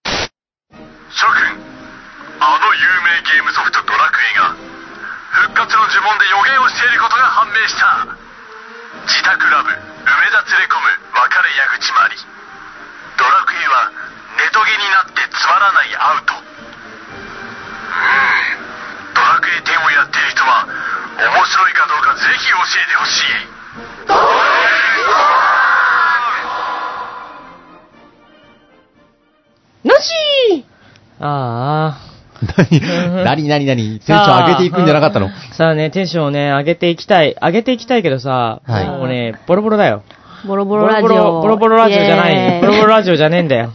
諸君あの有名ゲームソフトドラクエが復活の呪文で予言をしていることが判明した自宅ラブ梅田連れ込む別れ矢口まりドラクエはネトゲになってつまらないアウトうーんドラクエ10をやっている人は面白いかどうかぜひ教えてほしいなしあ何、何、何、何、テンション上げていくんじゃなかったのあ。さあね、テンションをね、上げていきたい。上げていきたいけどさ、はいもうね、ボロボロだよ。ボロボロラジオ。ボロボロボロボロラジオじゃなイい。エーイボロボロラジオじゃねえんだ よ。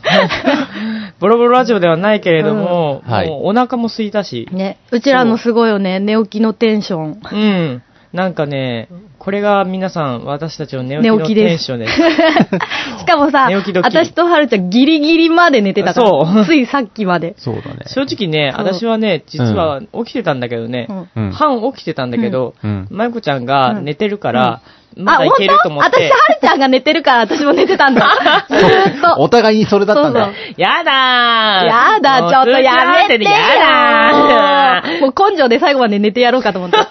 ボロボロラジオではないけれども、うんはいもうお腹も空いたし、ね、うちらのすごいよね、寝起きのテンション。うん。なんかね、これが皆さん、私たちの寝起き寝の起きですテンションです。しかもさ、寝起きドッキリ私とはるちゃんギリギリまで寝てたから、そうついさっきまで。そうだね。正直ね、そう私はね、実は起きてたんだけどね、うんうん半起きてたんだけど、うんまゆこちゃんが寝てるから、 まあ、だい本当けると思っ私て、はるちゃんが寝てるから私も寝てた んだ。ずーっとお互いにそれだったんだそう。やだーやだ、ちょっとやめてよやだー もう根性で最後まで寝てやろうかと思った。そう。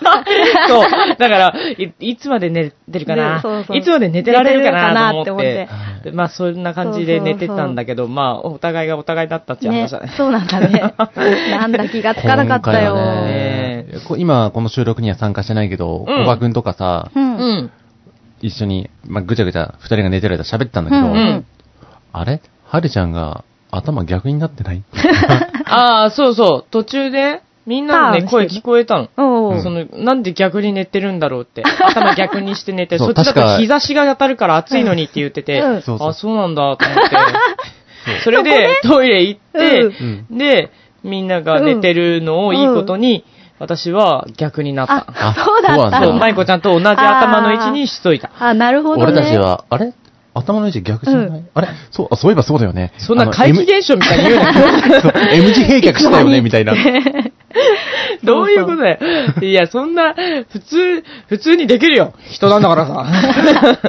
だから、いいつまで寝てるかなねそうそういつまで寝てられるかなと思っ寝てるてかな。でまあ、そんな感じで寝てたんだけど、まあ、お互いがお互いだったっちゃ ね話だね。、そうなんだね。 なんだ気がつかなかったよ。今回はねこ今、この収録には参加してないけど、うん小川くんとかさ、う。うんん。一緒に、まあ、ぐちゃぐちゃ二人が寝てる間喋ってたんだけうどうんうん、あれはるちゃんが頭逆になってないああ、そうそう。途中で、みんなのね、パー声ンして聞こえたの。おうんその、なんで逆に寝てるんだろうって。頭逆にして寝て、そそうっちだ確かと日差しが当たるから暑いのにって言ってて、うんそうそうあ、そうなんだと思って。それで、トイレ行って、うん。で、みんなが寝てるのをいいことに、私は逆になった。ああ、そうだそうっなたんだそう、舞子ちゃんと同じ頭の位置にしといた。あ、なるほどね。俺たちは、あれ頭の位置逆じゃない、あれそう、あそういえばそうだよね。そんなあ怪の奇現象みたいに言うの M- そう M 字閉脚したよね、みたいな。 どういうことだよ。いや、そんな、普通、普通にできるよ。人なんだからさ。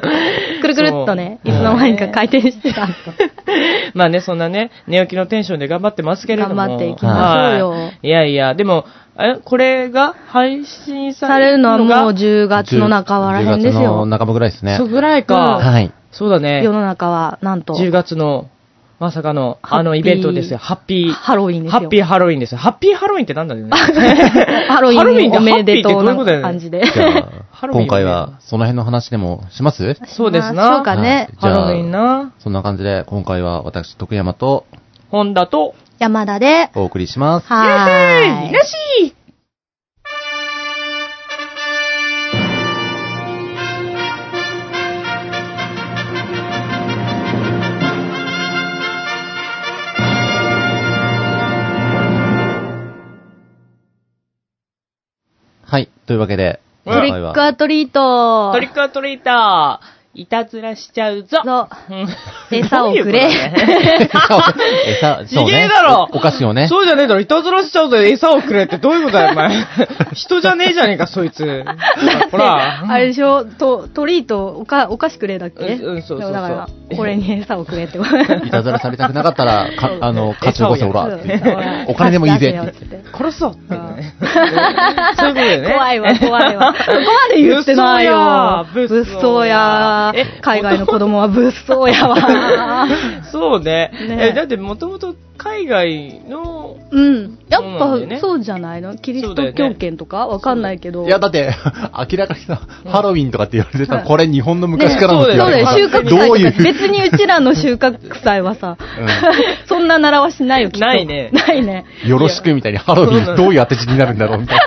くるくるっとね、いつの間にか回転してた。 まあね、そんなね、寝起きのテンションで頑張ってますけれども。頑張っていきましょうよはいいやいや、でも、え、これが配信さされれるるののはがもう10月の半ばらへんです10よ月。の半ばぐらいですねそ。うぐらいか。はい。そうだね世。の中は、なんと、 10月の、まさかの、あのハッイピーベントですよ。ハッピー。ハロウィンですハよ。ッピーハロウィンですよ。ハッピーハロウィンってなんだろうね。 ハロウィンおめでとうハロウィンってハッピーってどういうことだよなね感じで。じゃあハロウィン今回はその辺の話でもしますそうですまあな。そうかねじハゃあロウィンな。そんな感じで、今回は私、徳山と本だと、山田で、お送りします。はーい。らしいはい。というわけで、うん今トリ回ッはク、アトリート。トリックアトリーター、いたずらしちゃうぞ。そううん餌をく れどういうことだよ 餌、そうちげえねだろ。おお菓子をね。そうじゃねえだろ、いたずらしちゃうぞ、餌をくれってどういうことだよ、お 前。人じゃねえじゃねえか、そいつ。ほら。 あれでしょと、トリート、おか、お菓子くれだっけうんうんそうそうそう だから、これに餌をくれって。いたずらされたくなかったら、かあの、勝ち残せ、餌をほやら。って言ってほら お金でもいいぜ。貸っしててよっつって殺すぞってうんねそういうことだよね。怖いわ、怖いわ。そこまで言ってないよ。物騒や物騒やえ。海外の子供は物騒やわ。 そうね。ねえ、だってもともと海外の、うん。やそうなんだよっねぱ、そうじゃないのキリスそうトだよ教ね圏とかわかんないけど。いや、だって、明らかにさ、ハロウィンとかって言われてたこれ日本の昔からのってね言そうわだれよ、ねてさ収穫祭とか。どういう別にうちらの収穫祭はさ、 そんな習わしないよ、きっと。ないね ないね。よろしくみたいにハロウィンどういう当て字になるんだろうみたいな。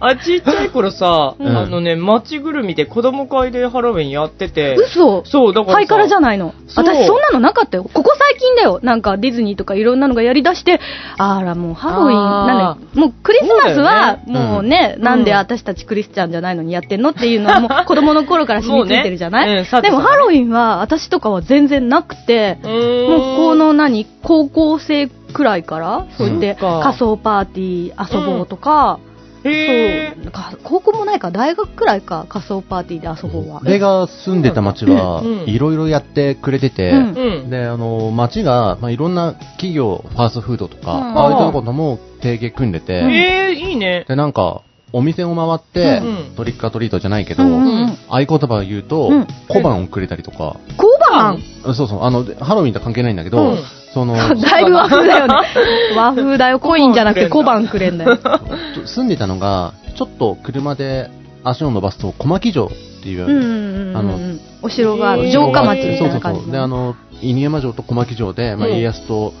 あ、ちっちゃい頃さ、うんあのね、街ぐるみで子供会でハロウィンやってて、嘘そう、だからさハイカラじゃないの。そう私そんなのなかったよ。ここ最近だよ。なんかディズニーとかいろんなのがやり出して、あらもうハロウィン、あーなんだよもうクリスマスはうだよねもうね、うんなんで私たちクリスチャンじゃないのにやってんのっていうのはもう子供の頃から染みついてるじゃない、もうねうんさてでもさてハロウィンは私とかは全然なくて、うーんもうこの何、高校生くらいから、そうやってそうか仮装パーティー遊ぼうとか、へそうか高校もないか大学くらいか仮想パーティーで遊ぼうは俺が住んでた町はうんうん、いろいろやってくれてて、うんうん。で、あの、町が、まあ、いろんな企業、ファーストフードとか、うんああいうとことも提携組んでて、えー、いいね。で、なんか、お店を回って、うんトリックアトリートじゃないけど、うんうんうん合言葉を言うと、うん小判をくれたりとか、交番そうそう、あの、でハロウィンとは関係ないんだけど、うんその、だいぶ和風だよね 和風だよコインじゃなくて小判くれんだよ住んでたのが、ちょっと車で足を伸ばすと、小牧城っていう、うんうんうんうんあのお城があへるー城下町みたそうそいなう感そじう。で、あの、犬山城と小牧城で、まあ、うん家康と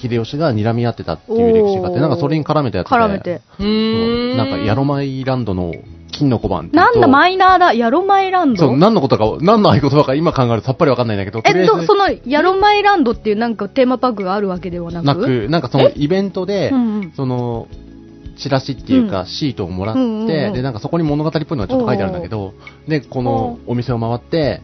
秀吉が睨み合ってたっていう歴史があっおて、ーなんかそれに絡めてやってて絡めてうそうーん。なんか、ヤロマイランドの金の小判っていうとなんだマイナーだヤロマイランドそう、何のことか、何の合言葉か今考えるとさっぱりわかんないんだけど、とりあええっと、ずそ、の、ヤロマイランドっていうなんかテーマパークがあるわけではなくなく、なんかそのイベントでう、んうんその、チラシっていうか、シートをもらって、うんうんうんで、なんかそこに物語っぽいのがちょっと書いてあるんだけど、で、このお店を回って、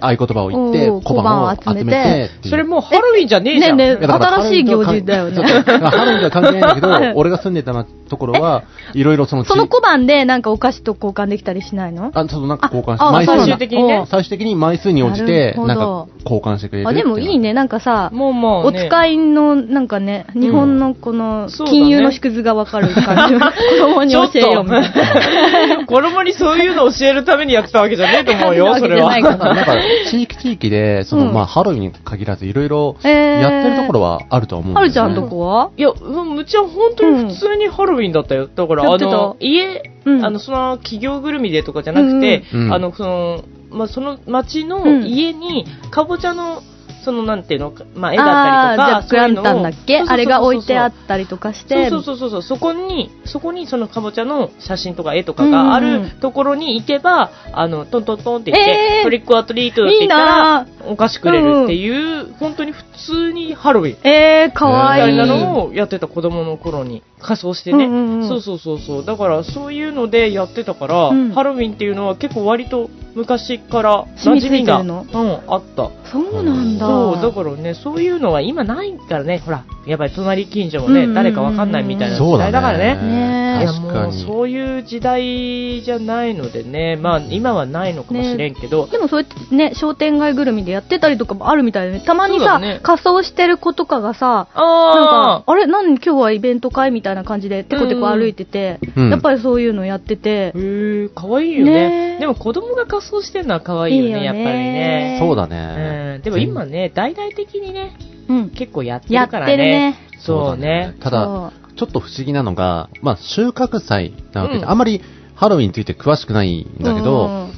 合言葉を言ってお、ー小判を集めてっていう、それもうハロウィンじゃねえねじえゃん。ねえ、いやだから新しい行事だよそうそうね。ハロウィンとは関係ないんだけど、俺が住んでたなところは、いろいろその地その小判でなんかお菓子と交換できたりしないのあ、ちょっとなんか交換しああ枚数そうな最んだ終的にねおう最終的に枚数に応じて、なるほどなんか交換してくれるあ、ってでうのもいい。ね、なんかさ、もうもう、お使いの、なんかね、日本のこのそうだね金融の縮図がわかる感 じ、子供にちょ教っえようみたいな。と、子供にそういうの教えるためにやってたわけじゃねえと思うよ、それは。やってたわけじゃないからなんか、地域地域で、その、うんまあ、ハロウィンに限らず、いろいろえーやってるところはあるとは思うんだはよるねちゃんとこはいや、うんうちは本当に普通にハロウィンだったよ。だから、やあってたの、家、うんあの、その企業ぐるみでとかじゃなくて、うんうんあの、その、まあ、その町うのん家に、かぼちゃの、その、なんていうの、まあ、絵だあったりとか、ー、ジャックランタンだっけあれが置いてあっったりとかして、てそうそうそうそう、そこに、そこにそのかぼちゃの写真とか絵とかがあうんうるんうんところに行けば、あの、トントントンって言って、えートリックアトリートって言ったいいらな、お菓子くれるっていう、本当に普通にハロウィン。えー、かみわたいいい。なのをやってた子供の頃に仮装してね、うんうんうんそうそうそうそうだからそういうのでやってたから、うんハロウィンっていうのは結構割と昔から馴染み付染みいてがるのうん、あったそうなんだ。そうだからねそういうのは今ないからねほらやっぱり隣近所もね、うんうんうん誰かわかんないみたいな時そうだ代ね。だからねねいや確かもうに。そういう時代じゃないのでねまあ今はないのかもしれんけど、でもそうやってね、商店街ぐるみでやってたりとかもあるみたいでね。たまにそうださ、ね仮装してる子とかがさ、なんあか、あれ何今日はイベント会みたいな感じで、テコテコ歩いてて、うんやっぱりそういうのやっててー、へえかわいいよねねでも子供が仮装してるのはかわいいよねいいよねやっぱりねそうだねう。んでも今ね、大々的にね、うん。結構やってやるっからてるね。ね。そうね。ただ、そちょっと不思議なのが、まあ、収穫祭なわけで、うんあんまりハロウィンについて詳しくないんうだけうど、ん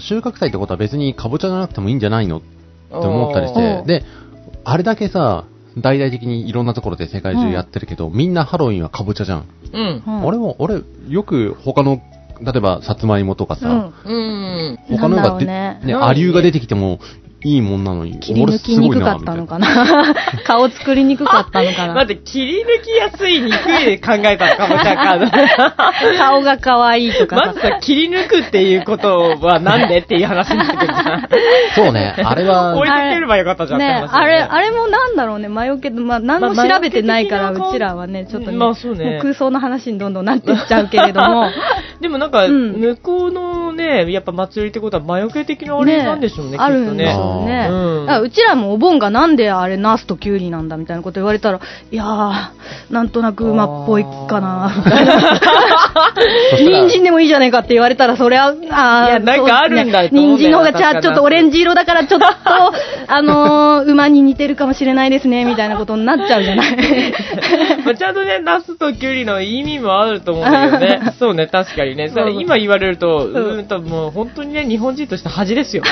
収穫祭ってことは別にカボチャじゃなくてもいいんじゃないのって思ったりしおてー、で、あれだけさ、大々的にいろんなところで世界中やってるけど、みんなハロウィンはカボチャじゃん。うん。うん俺も、俺、よく他の、例えばさつまいもとかうさん、。うん。他のがで、なんだねろうね、アリューが出てきてもいいもんなのに、切り抜きにくかったのかな 顔作りにくかったのかな待って、切り抜きやすい、にくいで考えたのかもしれ ない。顔が可愛いとかまさず。さ、切り抜くっていうことはなんでっていう話になってくるじゃん。そうね、あれ追い は、かければよかったじゃん。ねって話あだれ、よあれもなんだろうね、魔除け、まあ、何もまあ調べてないから、魔除け的なうちらはね、ちょっとね、まあそうねもう空想の話にどんどんなってっちゃうけれど も、でもなんか、うん向こうのね、やっぱ祭りってことは魔除け的なあれなんでしょうね、きっあるとんでしね。ょうね。うんだからうちらもお盆がなんであれ、ナスとキュウリなんだみたいなこと言われたら、いやー、なんとなく馬っぽいかな、みたいな。 人参でもいいじゃねえかって言われたら、それは、あーやなんかあるんだそうと思う人んだよ参の方が確ちかゃ、にちょっとオレンジ色だから、ちょっと、 あのー馬に似てるかもしれないですね、みたいなことになっちゃうじ ゃない。まあ、ちゃんとね、ナスとキュウリの意味もあると思うんだけど ね。そうね、確かにね。それ今言われると、うーんともう本当にね、日本人として恥です よ。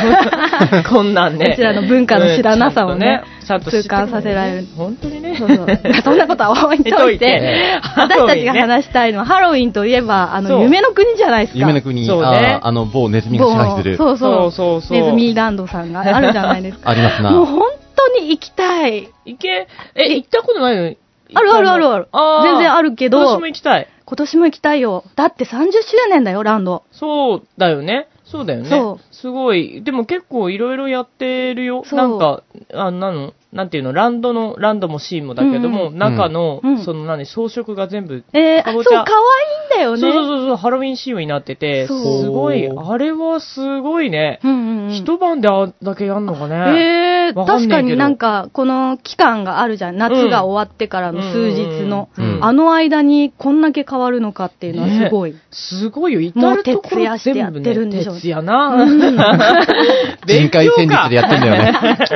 こんなんね。うちらの文化の知らなさをねうんちゃんとね痛感させられる本当にね。、そうそうそんなことは置いといて私たちが話したいのは、ハロウィンといえば、あそうの、夢の国じゃないですか。夢の国、そうねあーあの、某ネズミが支配する。そうそうそうそうそうネズミランドさんがあるじゃないですか。ありますもうな。本当に行きたい。行け、え、行ったことないのあるあるあるあるー全然あるけど今年も行きたい。今年も行きたいよ。だって30周年だよ、ランド。そうだよね。そうだよねそ。すごい。でも結構いろいろやってるよ。そうなんか、あ、なのなんていうの、ランドの、ランドもシーンもだけども、うん中の、うんその何、装飾が全部、えー、かそぼう、ちゃ可愛いんだよそうね。そうそうそう、ハロウィン仕様になってて、すそうごい、あれはすごいね。うんうんうん。一晩であんだけやんのかね。えー、わかん確ねえけどかになんか、この期間があるじゃん。夏が終わってからの数日の。うんうんうんうんあの間にこんだけ変わるのかっていうのはすごい。すごいよ、至るとこもう徹夜ろして全やっ部てるんでね、しょう徹やな。人海戦強術でやってんだよね、きっと。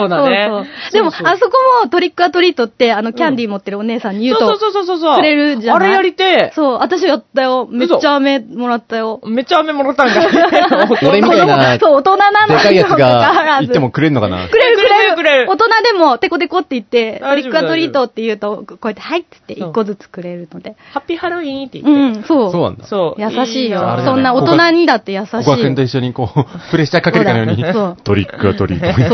そうだねそうそう。でも、そうそうあそこもトリックアトリートって、あの、キャンディー持ってるお姉さんに言うと、そうそうそうそうそう。くれるじゃないあれやりてえそう私やったよ。めっちゃ飴もらったよ。めっちゃ飴もらったんだ。 俺みたいな、そう、大人なのでかいやつが、行いってもくれんのかなくれるくれくるれるくれる大人でも、テコテコって言って、ト大リ丈夫ックアトリートって言うと、こうやって、はいっつって、一個ずつくれるので。ハッピーハロウィーンってう言って。ん、そう。そうなんだ。そう。優しいよあれだ。ねそんな大人にだって優しい小よ。川くんと一緒にこ う、プレッシャーかけるかのようにそうだ、トリックはトリート。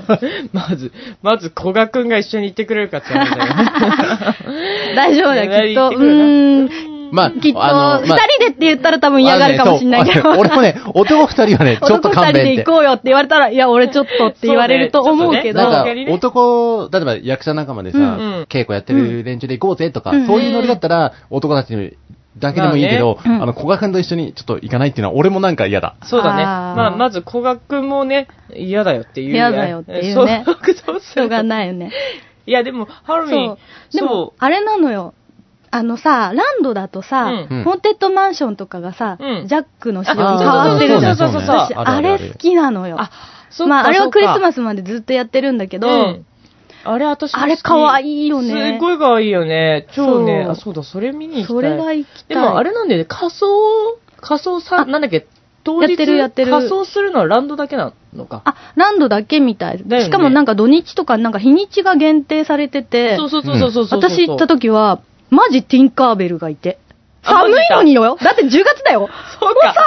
そうそ うそう。まず、まず、古賀くんが一緒に行ってくれるかって話だ よね大丈夫だよ、きっと。うねーん。まあ、きっと、あの二人でって言ったら多分嫌がるかもしれないけど。あのねそうあの俺も ね、男二人はね、ちょっと男二勘人弁っでて行。こうよって言われたら、いや、俺ちょっとって言われると思うけど。そうなねんちょっとかね、男、例えば役者仲間でさ、うんうん稽古やってる連中で行こうぜとか、うんそういうノリだったら、男たちだけでもいいけど、まあねうんあの、古賀くんと一緒にちょっと行かないっていうのは、俺もなんか嫌だ。そうだね。あーまあ、まず、古賀くんもね、嫌だよっていう。嫌だよっていうねそう、そうしょうがい。ないよね。いや、でも、ハロウィそンう。。でもそ、あれなのよ。あのさ、ランドだとさ、うんホーンテッドマンションとかがさ、うんジャックの仕様にあ変わってるじゃん。そうそうそうそう私あるああるあれる好きなのよ。あ、そっかまあ、あれはクリススマスまでずっとやってるんだけど、うんあれ、私も好きあれ可愛いよねすっごい可愛いよね。超ね。そうあ、そうだ、それ見に行きたい。それが行きたでい。も、あれなんだよね、仮装、仮装さ、あなんだっけ、当日やってるやってる仮装するのはランドだけなのか。あ、ランドだけみたい。だよねしかもなんか土日とか、なんか日にちが限定されてて、そうそうそうそうそうそう。私行った時は、マジティンカーベルがいて。あ寒いのにマよ。だって10月だよ。もうそう寒か。そ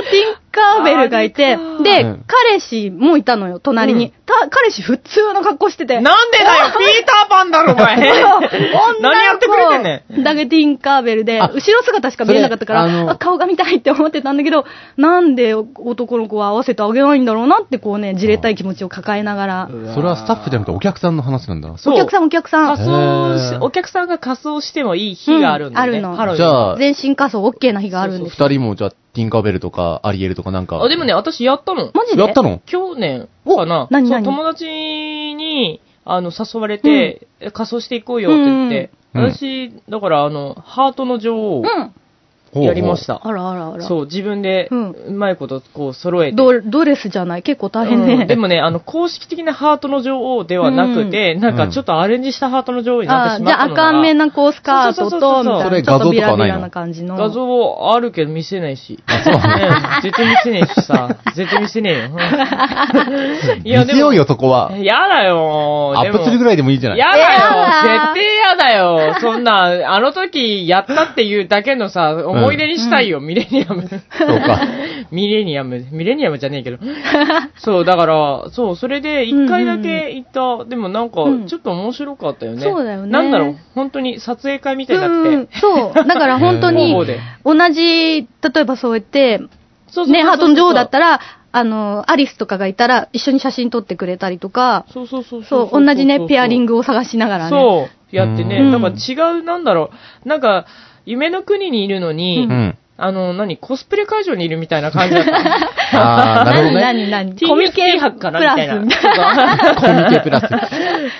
うなティンカーベルがいてあれか。で、うん彼氏もいたのよ、隣に。うんた彼氏普通の格好してなて。んでだ よ、ピーターパンだろ、お前。 何やってくれてんねん。んだけティンカーベルで、あ後ろ姿しか見えなかったから、それあのあ顔が見たいって思ってたんだけど、なんで男の子は合わせてあげないんだろうなって、こうね、じれったい気持ちを抱えながら。 それはスタッフじゃなくてお客さんの話なんだ。そうお客さん、お客さん仮。装しへーお客さんが仮装してもいい日があるんだよね。うんあるのハロウィンじゃあ、全身仮装 OK な日があるん二ですよ。人もじゃあ、ティンカーベルとか、アリエルとかなんか。あ、でもね、私やったの。マジでやったの去年かなお何そう何友達に、あの、誘われて、え仮装していこうよって言って、うんうん私、だから、あの、ハートの女王をうん。ほうほうやりまし。た。あらあらあら。そう、自分で、ううんまいこと、こう、揃えて。ドドレスじゃない結構大変ね。うんでもね、あの、公式的なハートの女王ではなくて、なんかちょっとアレンジしたハートの女王になってあしーまっじゃあたのが赤めなこうスカートそうそうそと、うそうみたいそな。れちょ画像っととビかラはビないのラな感じの。画像あるけど見せないし。あ、そうなんうだ。ん絶対見せねえし さ。絶対見せねえよ。いや見でもせようよ、そこは。やだよアップするぐらいらいでもいいじゃない。やだよやだ絶対やだよそんな、あの時やったっていうだけのさ、思い出にしたいよ、ミレニア ム。そうか。ミレニアム、ミレニアムじゃねえけど。そう、だから、そう、それで一回だけ行った、でもなんかうん、ちょっと面白かったよね。そうだよねなんだろう、本当に撮影会みたいにうなっんて。、そう。だから本当方に々、で。同じ、例えばそうやって、そうそうそうそうね、ハートの女王だったら、あの、アリスとかがいたら、一緒に写真撮ってくれたりとか、そうそうそうそう、同じね、ペアリンググを探しながらね。そう、やってうね。んなんか違う、なんだろう。なんか、夢の国にいるのに、うう ん。あの、何、コスプレ会場にいるみたいな感じだった。あー、なるほど 何、ね。何、何、コミケ博かなみたいプラスな。みたいなコミケプラス。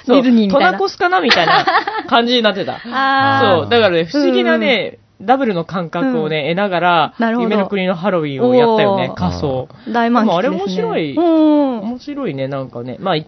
そう ディズニーみたいなトナコスかなみたいな感じになってた。 あそう、だからね、不思議なね、ダブルの感覚をね、得ながら、なるほど夢の国のハロウィンをやったよねおー、仮装。ー大満喫です、ね。でもあれ面白いうん。面白いね、なんかね。まあ、い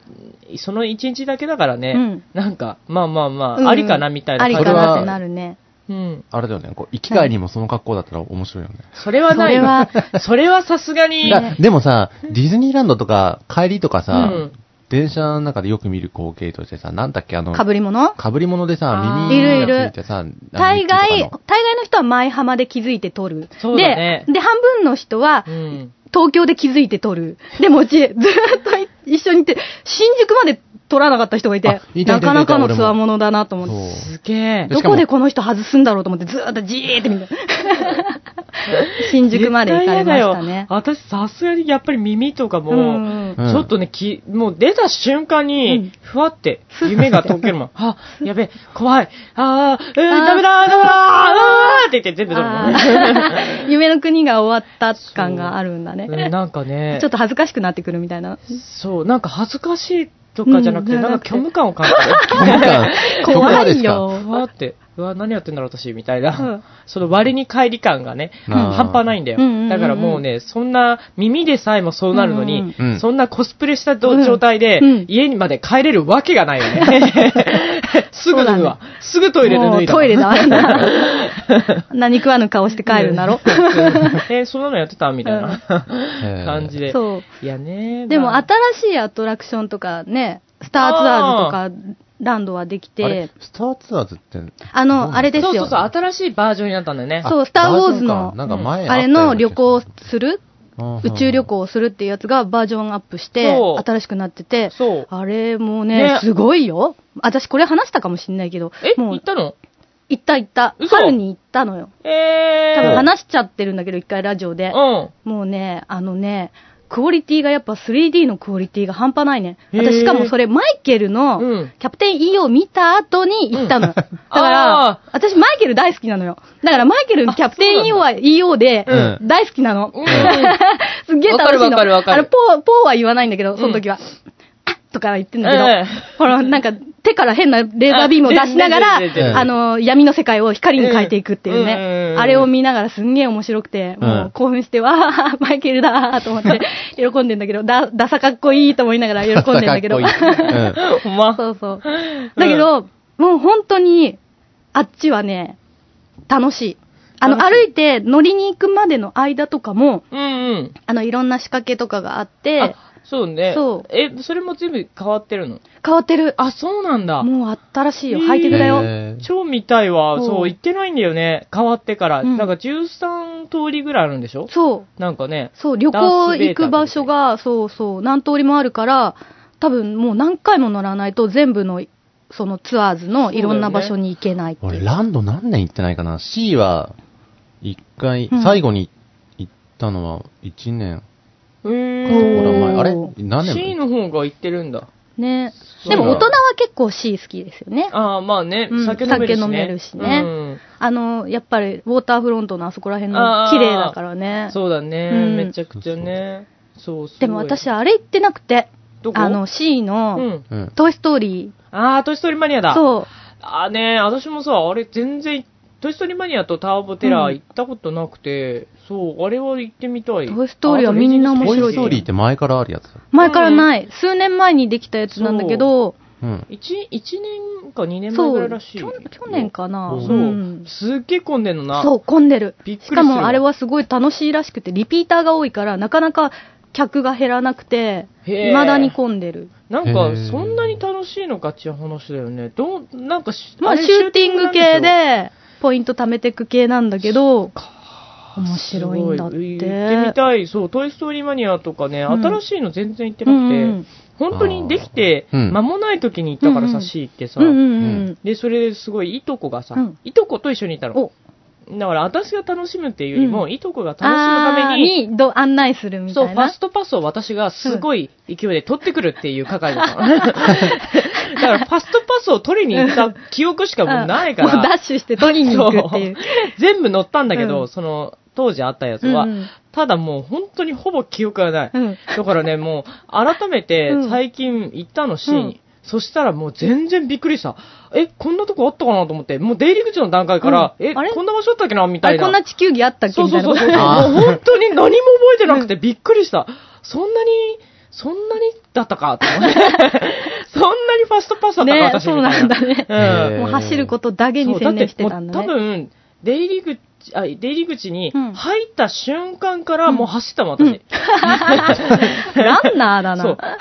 その一日だけだからね、うんなんか、まあまあまうんあ、ありかなみたいなあ感りじ。かなってなるね。うん。あれだよね、こう、生き返りにもその格好だったら面白いよね。それはないわ。それはさすがに。だでもさ、ディズニーランドとか、帰りとかうさ、ん。電車の中でよく見る光景としてさ、なんだっけ、あの、かぶり物かぶり物であさー、耳がついてさ、あのミッキ大概、ー大とか概の人は前浜で気づいて撮る。そうだねで、で、半分の人はう、ん。東京で気づいて撮る。でもうち、ず ーっとい一緒に行って、新宿まで撮らなかった人がいてあ、いたなたいたいいたかなかの俺もつわものだなと思のって。そうすげえ。どしかも こでこの人外すんだろうと思って、ずーっとじーって見て。新宿まで行かれましたね絶対嫌だよ。私、さすがにやっぱり耳とかも、うんうんちょっとね、きもう出た瞬間に、うんふわって、夢が解けるもん。あ、やべえ、怖い。あー、えー、ダメだ、ダメだ、あーって言って全部取るもんね。あー夢の国が終わった感があるんだね。うんなんかね、ちょっと恥ずかしくなってくるみたいな。そう、なんか恥ずかしいとかじゃなくて、うんなんか虚無感を感じなんる。か怖いふよ。わって、うわ、何やってんだろう、私、みたいな、うんその割に乖離感がね、うん半端ないんだよ、うんうんうんうんだからもうね、そんな、耳でさえもそうなるのに、うんうんそんなコスプレしたど状態で、うん家にまで帰れるわけがないよね。 すぐ脱ぐわ、すぐトイレで脱いだもうわ。トイレだ。 何食わぬ顔して帰るんだろ。 え、そんなのやってたみたいなん 感じで。そう。いやね。でもまあ新しいアトラクションとかね、スターツアーズとかランドはできあれて、スターツアーズって、あの、あれですよ。そうそうそう、新しいバージョンになったんだよね。そうあスターウォーズバのージョンかなんか前あれの旅行をする宇宙旅行行をするっていうやつがバージョンアップしてそ、う新しくなってて、そうあれもうねね、すごいよ。私これ話したかもしんないけど、え、も行うったの行った行った。嘘春に行ったのよ。え多ー。分話しちゃってるんだけど、一回ラジオで。うん。もうね、あのね、クオリティがやっぱ 3D のクオリティが半端ないね。へー私しかもそれマイケルうのんキャプテン E を見た後に行ったのよ。 だからあ、私マイケル大好きなのよ。だからマイケルのキャプテン E は EO でう大好きなの。 うんすっげえ楽しわかるいの。わかるわかるあの、ポー、ポーは言わないんだけど、その時は。あっとかは言ってんだけど、ええほら、なんか、手から変なレーザービームを出しながあ出てる出てるら、あの、闇の世界を光に変えていくっていううんうんうんうね。んあれを見ながらすんげえ面白くて、もう興奮して、わー、 マイケルだーと思って、喜んでんだけど、だ、ダサかっこいいと思いながら喜んでんだけど。かっこいいう んほんま。 そうそう。だけど、もう本当に、あっちはね、楽しい。あの、楽し歩いて乗りに行くまでの間とかも、うんうん。あの、いろんな仕掛けとかがあってあ、、そうね。そうえ、それも全部変わってるの変わってる。あ、そうなんだ。もう新しいよ。へーハイテクだよ。へー超見たいわ。そうそう、行ってないんだよね。変わってから。うんなんか13通りぐらいあるんでしょそう。なんかね。そう、旅行行く場所が、そうそう、何通りもあるから、多分もう何回も乗らないと全部の、そのツアーズのいろんな場所に行けないっていう。俺、ランド何年行ってないかな ?C は、一回、うん最後に行ったのは、一年。へほら、お前、ーー。あれ何 C 年の方が行ってるんだ。ね。そうでだも大人は結構 C 好きですよね。ああ、まあねうん。酒飲めるしね。酒飲めるしねうんあの、やっぱりウォーターフロントのあそこら辺あのー綺麗だからね。そうだね、うんめちゃくちゃね。そうそう。でも私は、あれ行ってなくて、どこあの C うの、ん。うん。トイストーリああ、トイストーリーマニアー。だ。う。そう。あーね、私もさ、あれ全然、トイストーリーマニアとターボテラー行ったことなくて、そう、あれは行ってみたい。トイストーリーはみんなト面イ白いストーリーって前からあるやつだ。前からない。数年前にできたやつなんだけど、うん。一一年か二年前そ、ぐらいうらしい。きょ去年かな。そうそう。んすっげえ混んでんのな。そう、混んでる。びっくりしするかもあれはすごい楽しいらしくて、リピーターが多いから、なかなか客が減らなくて、へー未だに混んでる。なんへか、ーそんなに楽しいのかっていう話だよね。どう、なんかし、まあ、れシューティング系シで、ポイント貯めてく系なんだけど、ューティン面白グいんだなっんて。ですよすごい行ってみたい。そう、トイストーリーマニアとかね、うん新しいの全然行ってなくて、うん本当にできて、あーうん間もない時に行ったからさ、うん C ってさ。うんうんうんうん。で、それですごい、いとこがさ、うんいとこと一緒にいたの。おだから、私が楽しむっていうよりも、ういとこが楽しむために、あーど案内するみたそう、いファなス。トパスを私がすごい勢いで取ってくるっていう係だった の。だから、ファストパスを取りに行った記憶しかもうないかうんもうダら、ッシュして取りに行くっていう。全部乗ったんだけど、うんその、当時あったやつは、うんうんただもう本当にほぼ記憶がない。うんだからね、もう、改めてうん最近行ったの、シーンに。うんそしたらもう全然びっくりした。え、こんなとこあったかなと思って、もう出入り口の段階から、うんえあれ、こんな場所あったっけなみたあいれ、な。こんな地球儀あったっけそうみそたういなそうそう。こと。もうあー本当に何も覚えてなくてびっくりした。そんなに、そんなにだったかって思 ってそんなにファストパスだったか、ね私みたいな。そうなんだねへうーもう走ることだけん。に専念してたんだそうだってもう多ね。分、出入り口、あ、出入り口にうん入った瞬間からもう走ったもん、う私。んランナーだそう な。。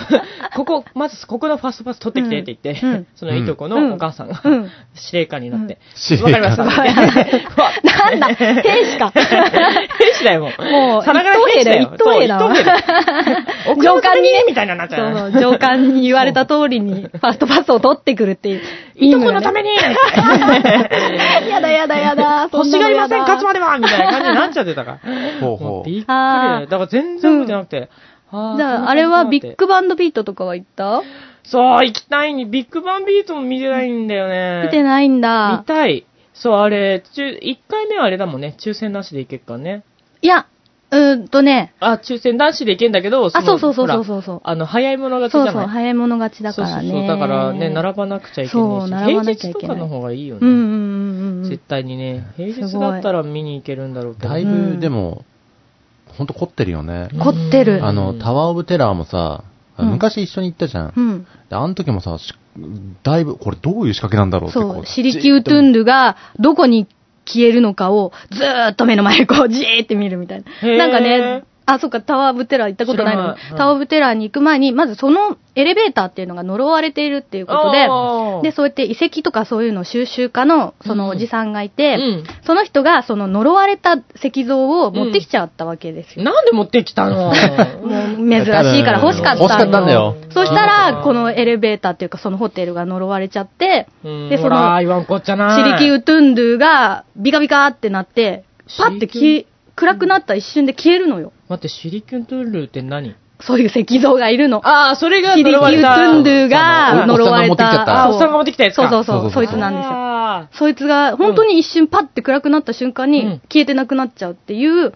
ここ、まずここのファストパス取ってきてって言って、うんうんそのいとこのお母さんが、うん司令官になってうん、わ、かりました。 なんだ、兵士か。兵士だよ、もう。もう、さながら兵士だよ。一等兵だそうわ一等兵 だ奥様上官に責任みたいなのになっちゃうそうそう上官に言われた通りに、ファストパスを取ってくるっていう。 いとこのためにやだやだや だ、そん星ながのいやません、だ勝つまではみたいな感じになっちゃってたから。 ほうもほううびっくりあだよ。だーから全然見てなくて。ーじゃあ、あれはビッ。そうだなと思ってグバンドビートとかは行ったそう、行きたいに、ビッグバンビートも見てないんだよね。見てないんだ見。たい。そう、あれ、中、1回目はあれだもんね。抽選なしでいけっからね。いや、うーんとね、あ、抽選なしでいけんだけど、あ、そうそうそうそうう。そうそう。あの、早い者勝そちうじゃそう、ない。早い者勝ちだからね。そうそうそう。だからね、並ばなくちゃいけないそうし。並ばなきゃいけない平日とかの方がいいようんうんね。うんうん。絶対にね。平日だったら見に行けるんだろうけど。だいぶ、でも、ほんと凝ってるよね。凝ってるあの、タワーオブテラーもさ、うん昔一緒に行ったじゃん。うん。であの時もさ、しだいぶ、これどういう仕掛けなんだろうってそこう、シリキュートゥンドゥがどこに消えるのかをずーっと目の前でこ うじーって見るみたいへな。ーなんかね、あ、そっか、タワーオブテラー行ったことないのに知らないうんタワーオブテラーに行く前に、まずそのエレベーターっていうのが呪われているっていうことで、おーで、そうやって遺跡とかそういうの収集家のそのおじさんがいて、うんその人がその呪われた石像を持ってきちゃったわけですよ。なんで持ってきた のもう珍しいから欲しかった欲のしかったんだよそしたら、このエレベーターっていうかそのホテルが呪われちゃって、うんで、ほそらの、言わんこっちゃシなリい。キウトゥンドゥがビカビカってなって、パッてシリ消え、暗くなった一瞬で消えるのよ。待って、シリキュントゥールーって何そういう石像がいるの。ああ、それがシリキウ呪トわれた。ゥンドゥそがう呪われあた。あ、おっさんが持ってきたやつそか。うそうそう、そそうそうそういつなんですよ。あそいつが本当に一瞬パッて暗くなった瞬間うんに消えてなくなっちゃうっていう、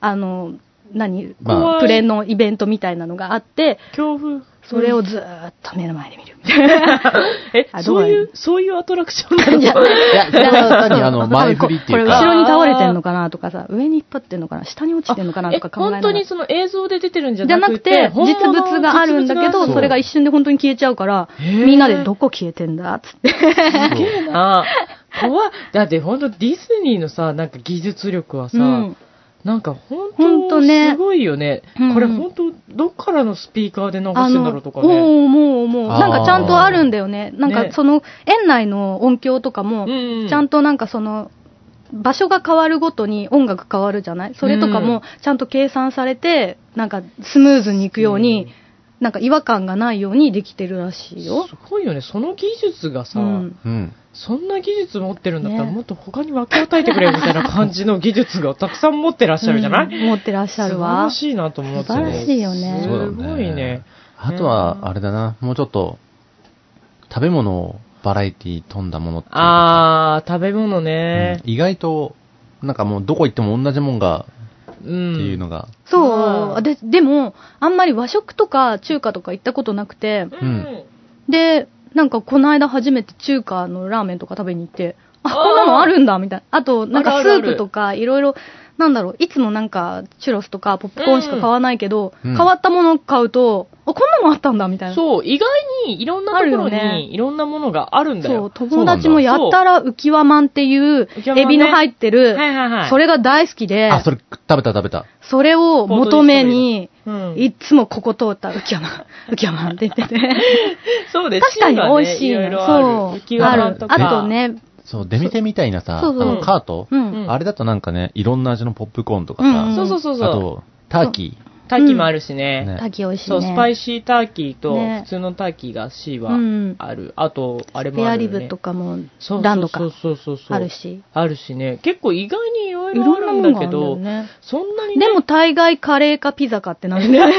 あの、何、まあプレのイベントみたいなのがあって、ー恐怖。それをずーっと目の前で見るみたいな。え、あそういどうやう、そういうアトラクションなの じゃないいや、これは単にあの、前振りっていうこれ後か、ろに倒れてんのかなとかさ、上に引っ張ってんのかな、下に落ちてんのかなとか考えなえ本が当らに。その映像で出てるんじじゃゃななくくてて、、実物があるんだけど、そうそれが一瞬で本当に消えちゃうから、へーみんなでどこ消えてんだっつって。 そうああ、怖い。だって本当ディズニーのさ、なんか技術力はさ、うんなんか本ほん当とねすごいよね。うんこれ本当どっからのスピーカーで流あすんだろのうと、かね。もう、もう、もう、あーなんかちゃんとあるんだよね。なんねかその、園内の音響とかも、ちゃんと、となんかその、場所が変わるごとに音楽変わるじゃないそれとかうんもちゃんと計算されて、なんかスムーズにいくように、なんか違和感がないようにできてるらしいよす。ごいよね。その技術がさ、うん。うん。そんな技術持ってるんだったら、ねもっと他に枠をたいてくれよみたいな感じの技術がたくさん持ってらっしゃるじゃない、うん持ってらっしゃるわ。素晴らしいなと思って、素晴らしいよねすごいね。あとは、あれだな、もうちょっと、食べ物をバラエティ飛んだものっていうかさあー、食べ物ね。うん意外と、なんかもうどこ行っても同じもんが、うん。っていうのが、そうう。んで、でも、あんまり和食とか中華とか行ったことなくて、うん。うんで、なんかこの間初めて中華のラーメンとか食べに行って、あ、こんなのあるんだみたいな。あと、なんあかスるあるープとかいろいろ、なんだろう、いつもなんかチュロスとかポップコーンしか買わないけど、うん変わったものを買うと、あ、こんなのあったんだみたいな。そう、意外にいろんなところあるよねにいろんなものがあるんだそうよ。友達もやたら浮き輪まんっていう浮、き輪まんねエビの入ってる、はいはいはい。それが大好きで、あ、それ食べた食べた。それを求めに、うんいつもここ通った、浮き山、 浮き山って言ってて。そうです確かに美味しいねいろいのろある。浮そきう。輪あなんると。かあと。ね、そう、出店みたいなさ、あそうそうの、カートううんん。あれだとなんかね、いろんな味のポップコーンとかうんさ、そうそうそうあそう。と、ターキターキーもあるしね。ね滝美味しいそね。う、スパイシーターキーとね普通のターキーが C はうんある。あと、あれスペもアあるリよね、ブとかそもうそうそう、ランドかそうそうそう。ある。し。あるしね。結構意外にいろいいろろあんなるんものだがあけるんだどよ、ね。そんなにね、でも大概カレーかピザかってなん だよね。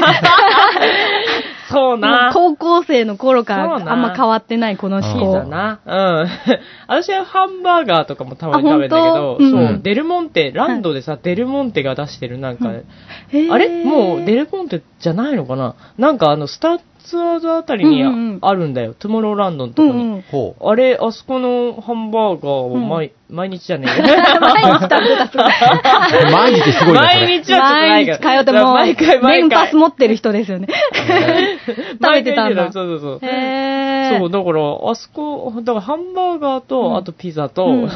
そうな。もう高校生の頃かそうらなあんま変わってないこのピ思ザそうだ考。な。うん。 私はハンバーガーとかもたまに食べるんだけあど、本当そう、うんデルモンテ、ランドでさ、デルモンテが出してるなんか、へーあれもうデルモンテじゃないのかななんかあの、スタッツアーズあたりにあ,、うんうんうんるんだよ。トゥモローランドのとうこに。んうんー。。ほう。あれ、あそこのハンバーガーを毎,、毎日じゃねえよ。毎日食べて たそれ。毎日すごいね、それ。毎日はちょっとな毎い日けど 毎回毎通ってもう、回。年パス持ってる 人ですよね。食べてたんだ毎回そうそうそう。へーそう、だから、あそこ、だからハンバーガーと、うんあとピザと、うん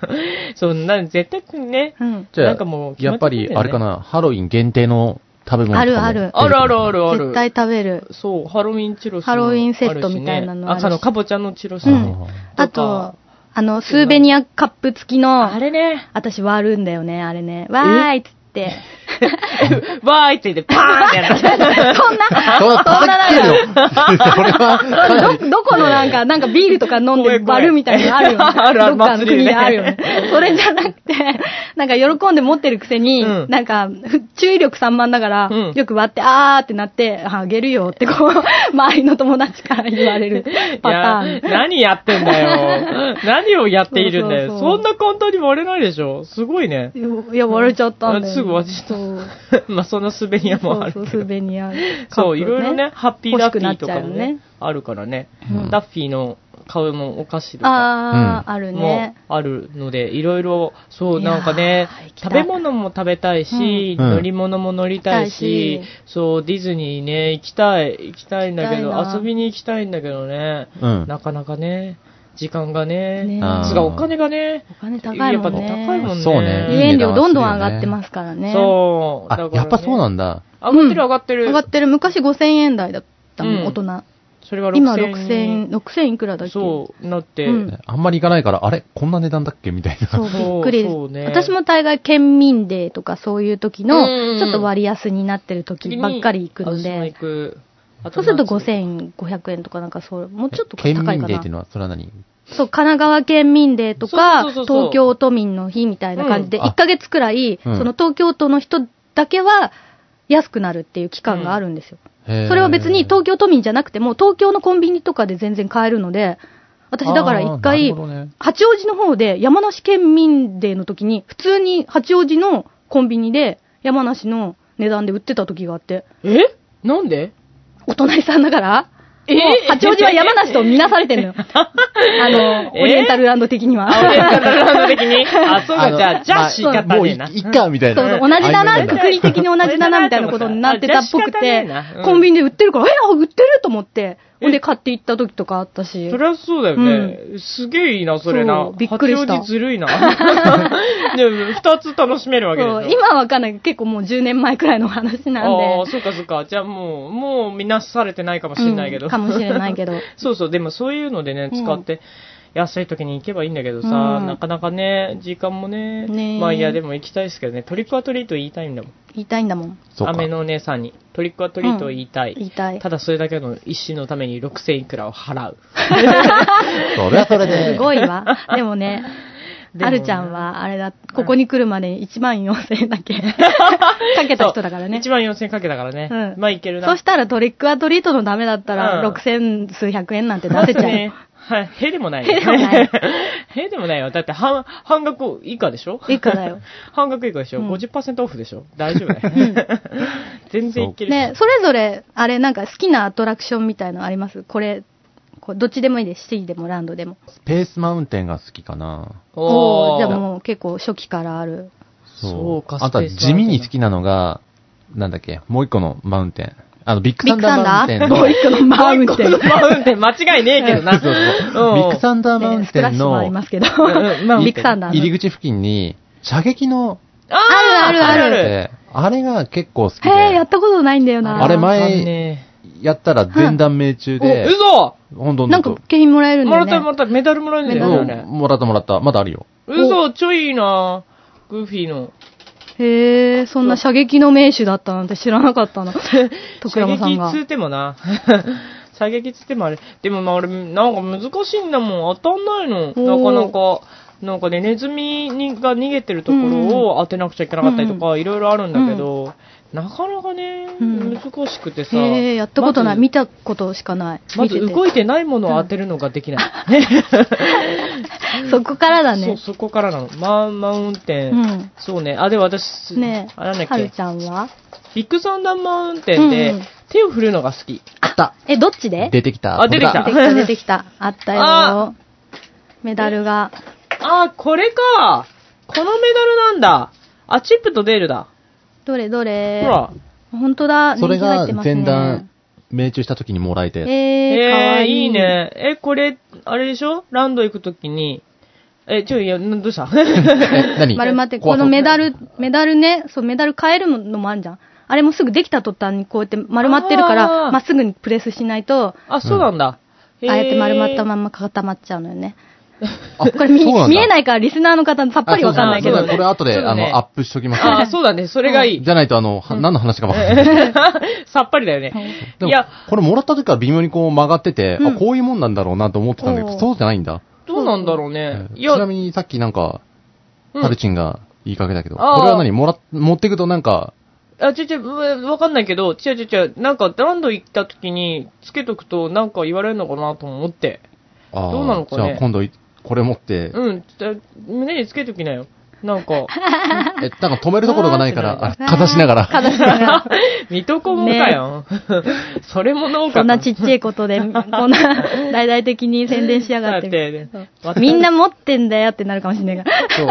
そう、な、絶対ね、うん。じゃあなんかもう決やまっっちゃぱってんだよねり、あれかな、ハロウィン限定の食べ物とかもあるあるあるあるあるある。絶対食べる。そう、ハロウィンチロスもハロウィンセットみたいなのああるるししねあの、かぼちゃのチロスあうーんあと、あの、スーベニアカップ付きのあ、れね、私割るんだよね、あれね。わーいっつって。 わーいって言って、パーンってやった。そんな、そそうんな叩なけるよんか、 それは、ど、どこのなんか、なんかビールとか飲ん怖でい怖い。割るみたいなのあるよ ねあるあるどっかの祭りで国ねであるよね。 それじゃなくて、なんか喜んで持ってるくせに、うんなんか、ふ注意力散漫だから、うんよく割って、あーってなって、ああげるよってこう、 周りの友達から言われる パターンい。や何やってんだ よ。何をやっているんだよ。そそうそうそうんな簡単に割れないでしょ。すごいね。いやいや、割れちゃったんだよ、あすぐ割れちゃったそう。 まあ、そんな滑り屋もあるけそど。うそう、スーベニアカップ、ね。そう、いろいろね、ハッピーラッピーとかも欲しくなっちゃうよねね、あるからねう。んダッフィーの顔のお菓子とかあー、うんあるもね。あるので、いろいろ、そう、いやーなんかね行、きた食いべ物も食べたいし、うん乗り物も乗りたいし行きたいし、そう、ディズニーね、行きたい、行きたいんだけど行きたい、な遊びに行きたいんだけどね、うん。なかなかね、時間がねね、あーつうかお金がね、お金高いもんね。やっぱ高いもんね。そうね入園料どんどん上がってますからね。そう。だからあ、ねやっぱそうなんだ。上がってる上がってる。上がってる。昔5000円台だったもん、うん大人。それが6000今6000、6000いくらだっけそう、なって。うんあんまり行かないから、あれこんな値段だっけみたいそな。うびっくりですそうね私も大概県民デーとかそういう時うんうんの、ちょっと割安になってる時ばっかり行くの私も行で、くあそうすると夏5500円とかなんかそう、もうちょっと高い県か民デーっなていう。のは、それは何そう、神奈川県民デーとか、そうそうそうそう東京都民の日みたいな感じで、うんあ1ヶ月くらい、うんその東京都の人だけは安くなるっていう期間があるんですよ。へーそれは別に東京都民じゃなくても、東京のコンビニとかで全然買えるので、私だから一あーな回るほ、どね八王子の方で山梨県民デーの時に、普通に八王子のコンビニで山梨の値段で売ってた時があって、えなんでお隣さんだから、えもう八王子は山梨と見なされてるのよ。あの、えオリエンタルランド的には。あ、俺、タララの的に。あ、そうか、あのじゃあ、じゃあ仕方まあねもうえいな。いっか、みたいそな。うそう、同じだあな、いのくくり的に同じだな、みたいなことになってたっぽくあじゃあ仕て方ないなうん、コンビニで売ってるから、え、あ売ってると思って、ほんで買って行った時とかあったしそ。りゃそうだよね。すげえいいな、それなそ。うびっくりした八王子ず るいな。でも、二つ楽しめるわけでしそょ。う、今はわかんないけど、結構もう10年前くらいの話 あなんあ、で。そうかそうか。じゃあもう、もうみんなされてないかもしれないけど。うんかもしれないけど。 そうそう、でもそういうのでね、使って、安い時に行けばいいんだけどさ、うんなかなかね、時間もね、ねえまあいや、でも行きたいですけどね、トリックアトリート言いたいんだもん。言いたいんだもん。そうか雨のお姉さんに、トリックアトリートを言いたい。言いたいた。だそれだけの一心のために6000いくらを払う。それはそれすで。ごいわ。 でもね、でもあねるちゃんは、あれだ、ここに来るまでに1万4000円 だけかけた人だ からね。 1万4000かけたからね。うんまあいけるな。そしたらトリックアトリートのダメだったら、うん6000数百円なんて出せちゃう。ねはい、へでもない。へでも ない。へでもないよ。だって半、半額以下でしょ以下だよ。 半額以下でしょ、うん ?50% オフでしょ大丈夫だよ。全然いける。ね、それぞれ、あれ、なんか好きなアトラクションみたいのありますこれ、こうどっちでもいいです。シティでもランドでも。スペースマウンテンが好きかな。おーーじゃあもう結構初期からある。そうかあとはスペースマウンテン地味に好きなのが、なんだっけ、もう一個のマウンテン。あの、ビッグサンダーマウンテンの。もう一個のマウンテン。マウンテン、間違いねえけどな。そうそううんビッグサンダーマウンスプテラッンシュものありますけど。うんまあ ビッグサンダーの。入り口付近に、射撃の、あーあるあるあるであれが結構好きで、へえ、やったことないんだよな。あれ前ねやったら全弾命中で、嘘ほんとほんとなんか景品もらえるんだもらっよね。たもらった、メダルもらえるんだようねんもらったもらった。まだあるよ。あれ。嘘、ちょいいいなグーフィーの。へえ、そんな射撃の名手だったなんて知らなかった な。徳山さんが射撃。つってもな。 射撃つってもあれ。でもまあ俺、なんか難しいんだもん。当たんないの。なかなか。なんかね、ネズミにが逃げてるところを当てなくちゃいけなかったりとか、いろいろあるんだけど、なかなかね、うん難しくてさ。へえ、やったことなまい。ず見たことしかない。まず見てて動いてないものを当てるのができない。 そこからだそう、ね。そこからなの。ママウンテン。うんそうね。あ、で、私、ねあなんだえ、っはるけ。ちゃんはビッグサンダーマウンテンで、うんうん手を振るのが好き。あった。え、どっちで出てきた。あ出てきた出てきた、出てきた。あったあよ。メダルが。あ、これか。このメダルなんだ。あ、チップとデールだ。どれどれ。ほら。。ほんとだ。それ人気入がってますね全弾。命中した時にもらえて。えー、かえわー、いい。いい。ね。え、これ、あれでしょランド行くときに。え、ちょ、いや、な どうしたえ何丸まって、怖こそうのメダル、メダルね、そう、メダル変えるのもあんじゃん。あれもすぐできた途端にこうやって丸まってるから、あーまっすぐにプレスしないと、あ、そうなんだ。へーああやって丸まったまんま固まっちゃうのよね。あこれ見そうなんだ見えないからリスナーの方さっぱりわかんないけあどそうだこれ後で、そうあだねの、アップしときます。あ、そうだね。それがいい。じゃないと、あの、は何の話かわか んない。 さっぱりだよね。でいもや、これもらった時から微妙にこう曲がってて、うんあ、こういうもんなんだろうなと思ってたんだけおど、ーそうじゃないんだ。どうなんだろうね。いちや、なみにさっきなんか、うんタルチンが言いかけたけど、これあーは何もら、持ってくとなんか、あ、ちょちょ、うわかんないけど、ちょちょちょ、なんかランド行った時につけとくとなんか言われるのかなと思って。あーどうなのかねじゃあ今度い、これ持って、うん、ちょ胸につけときなよ。なん か、え、なんか止めるところがないから、あかざしながら。かざしながら。水戸黄門かよ。 それも農家こんなちっちゃいことで、こん な大々的に宣伝しやがっだってて。ねそうみんな持ってんだよってなるかもしれないが。そう。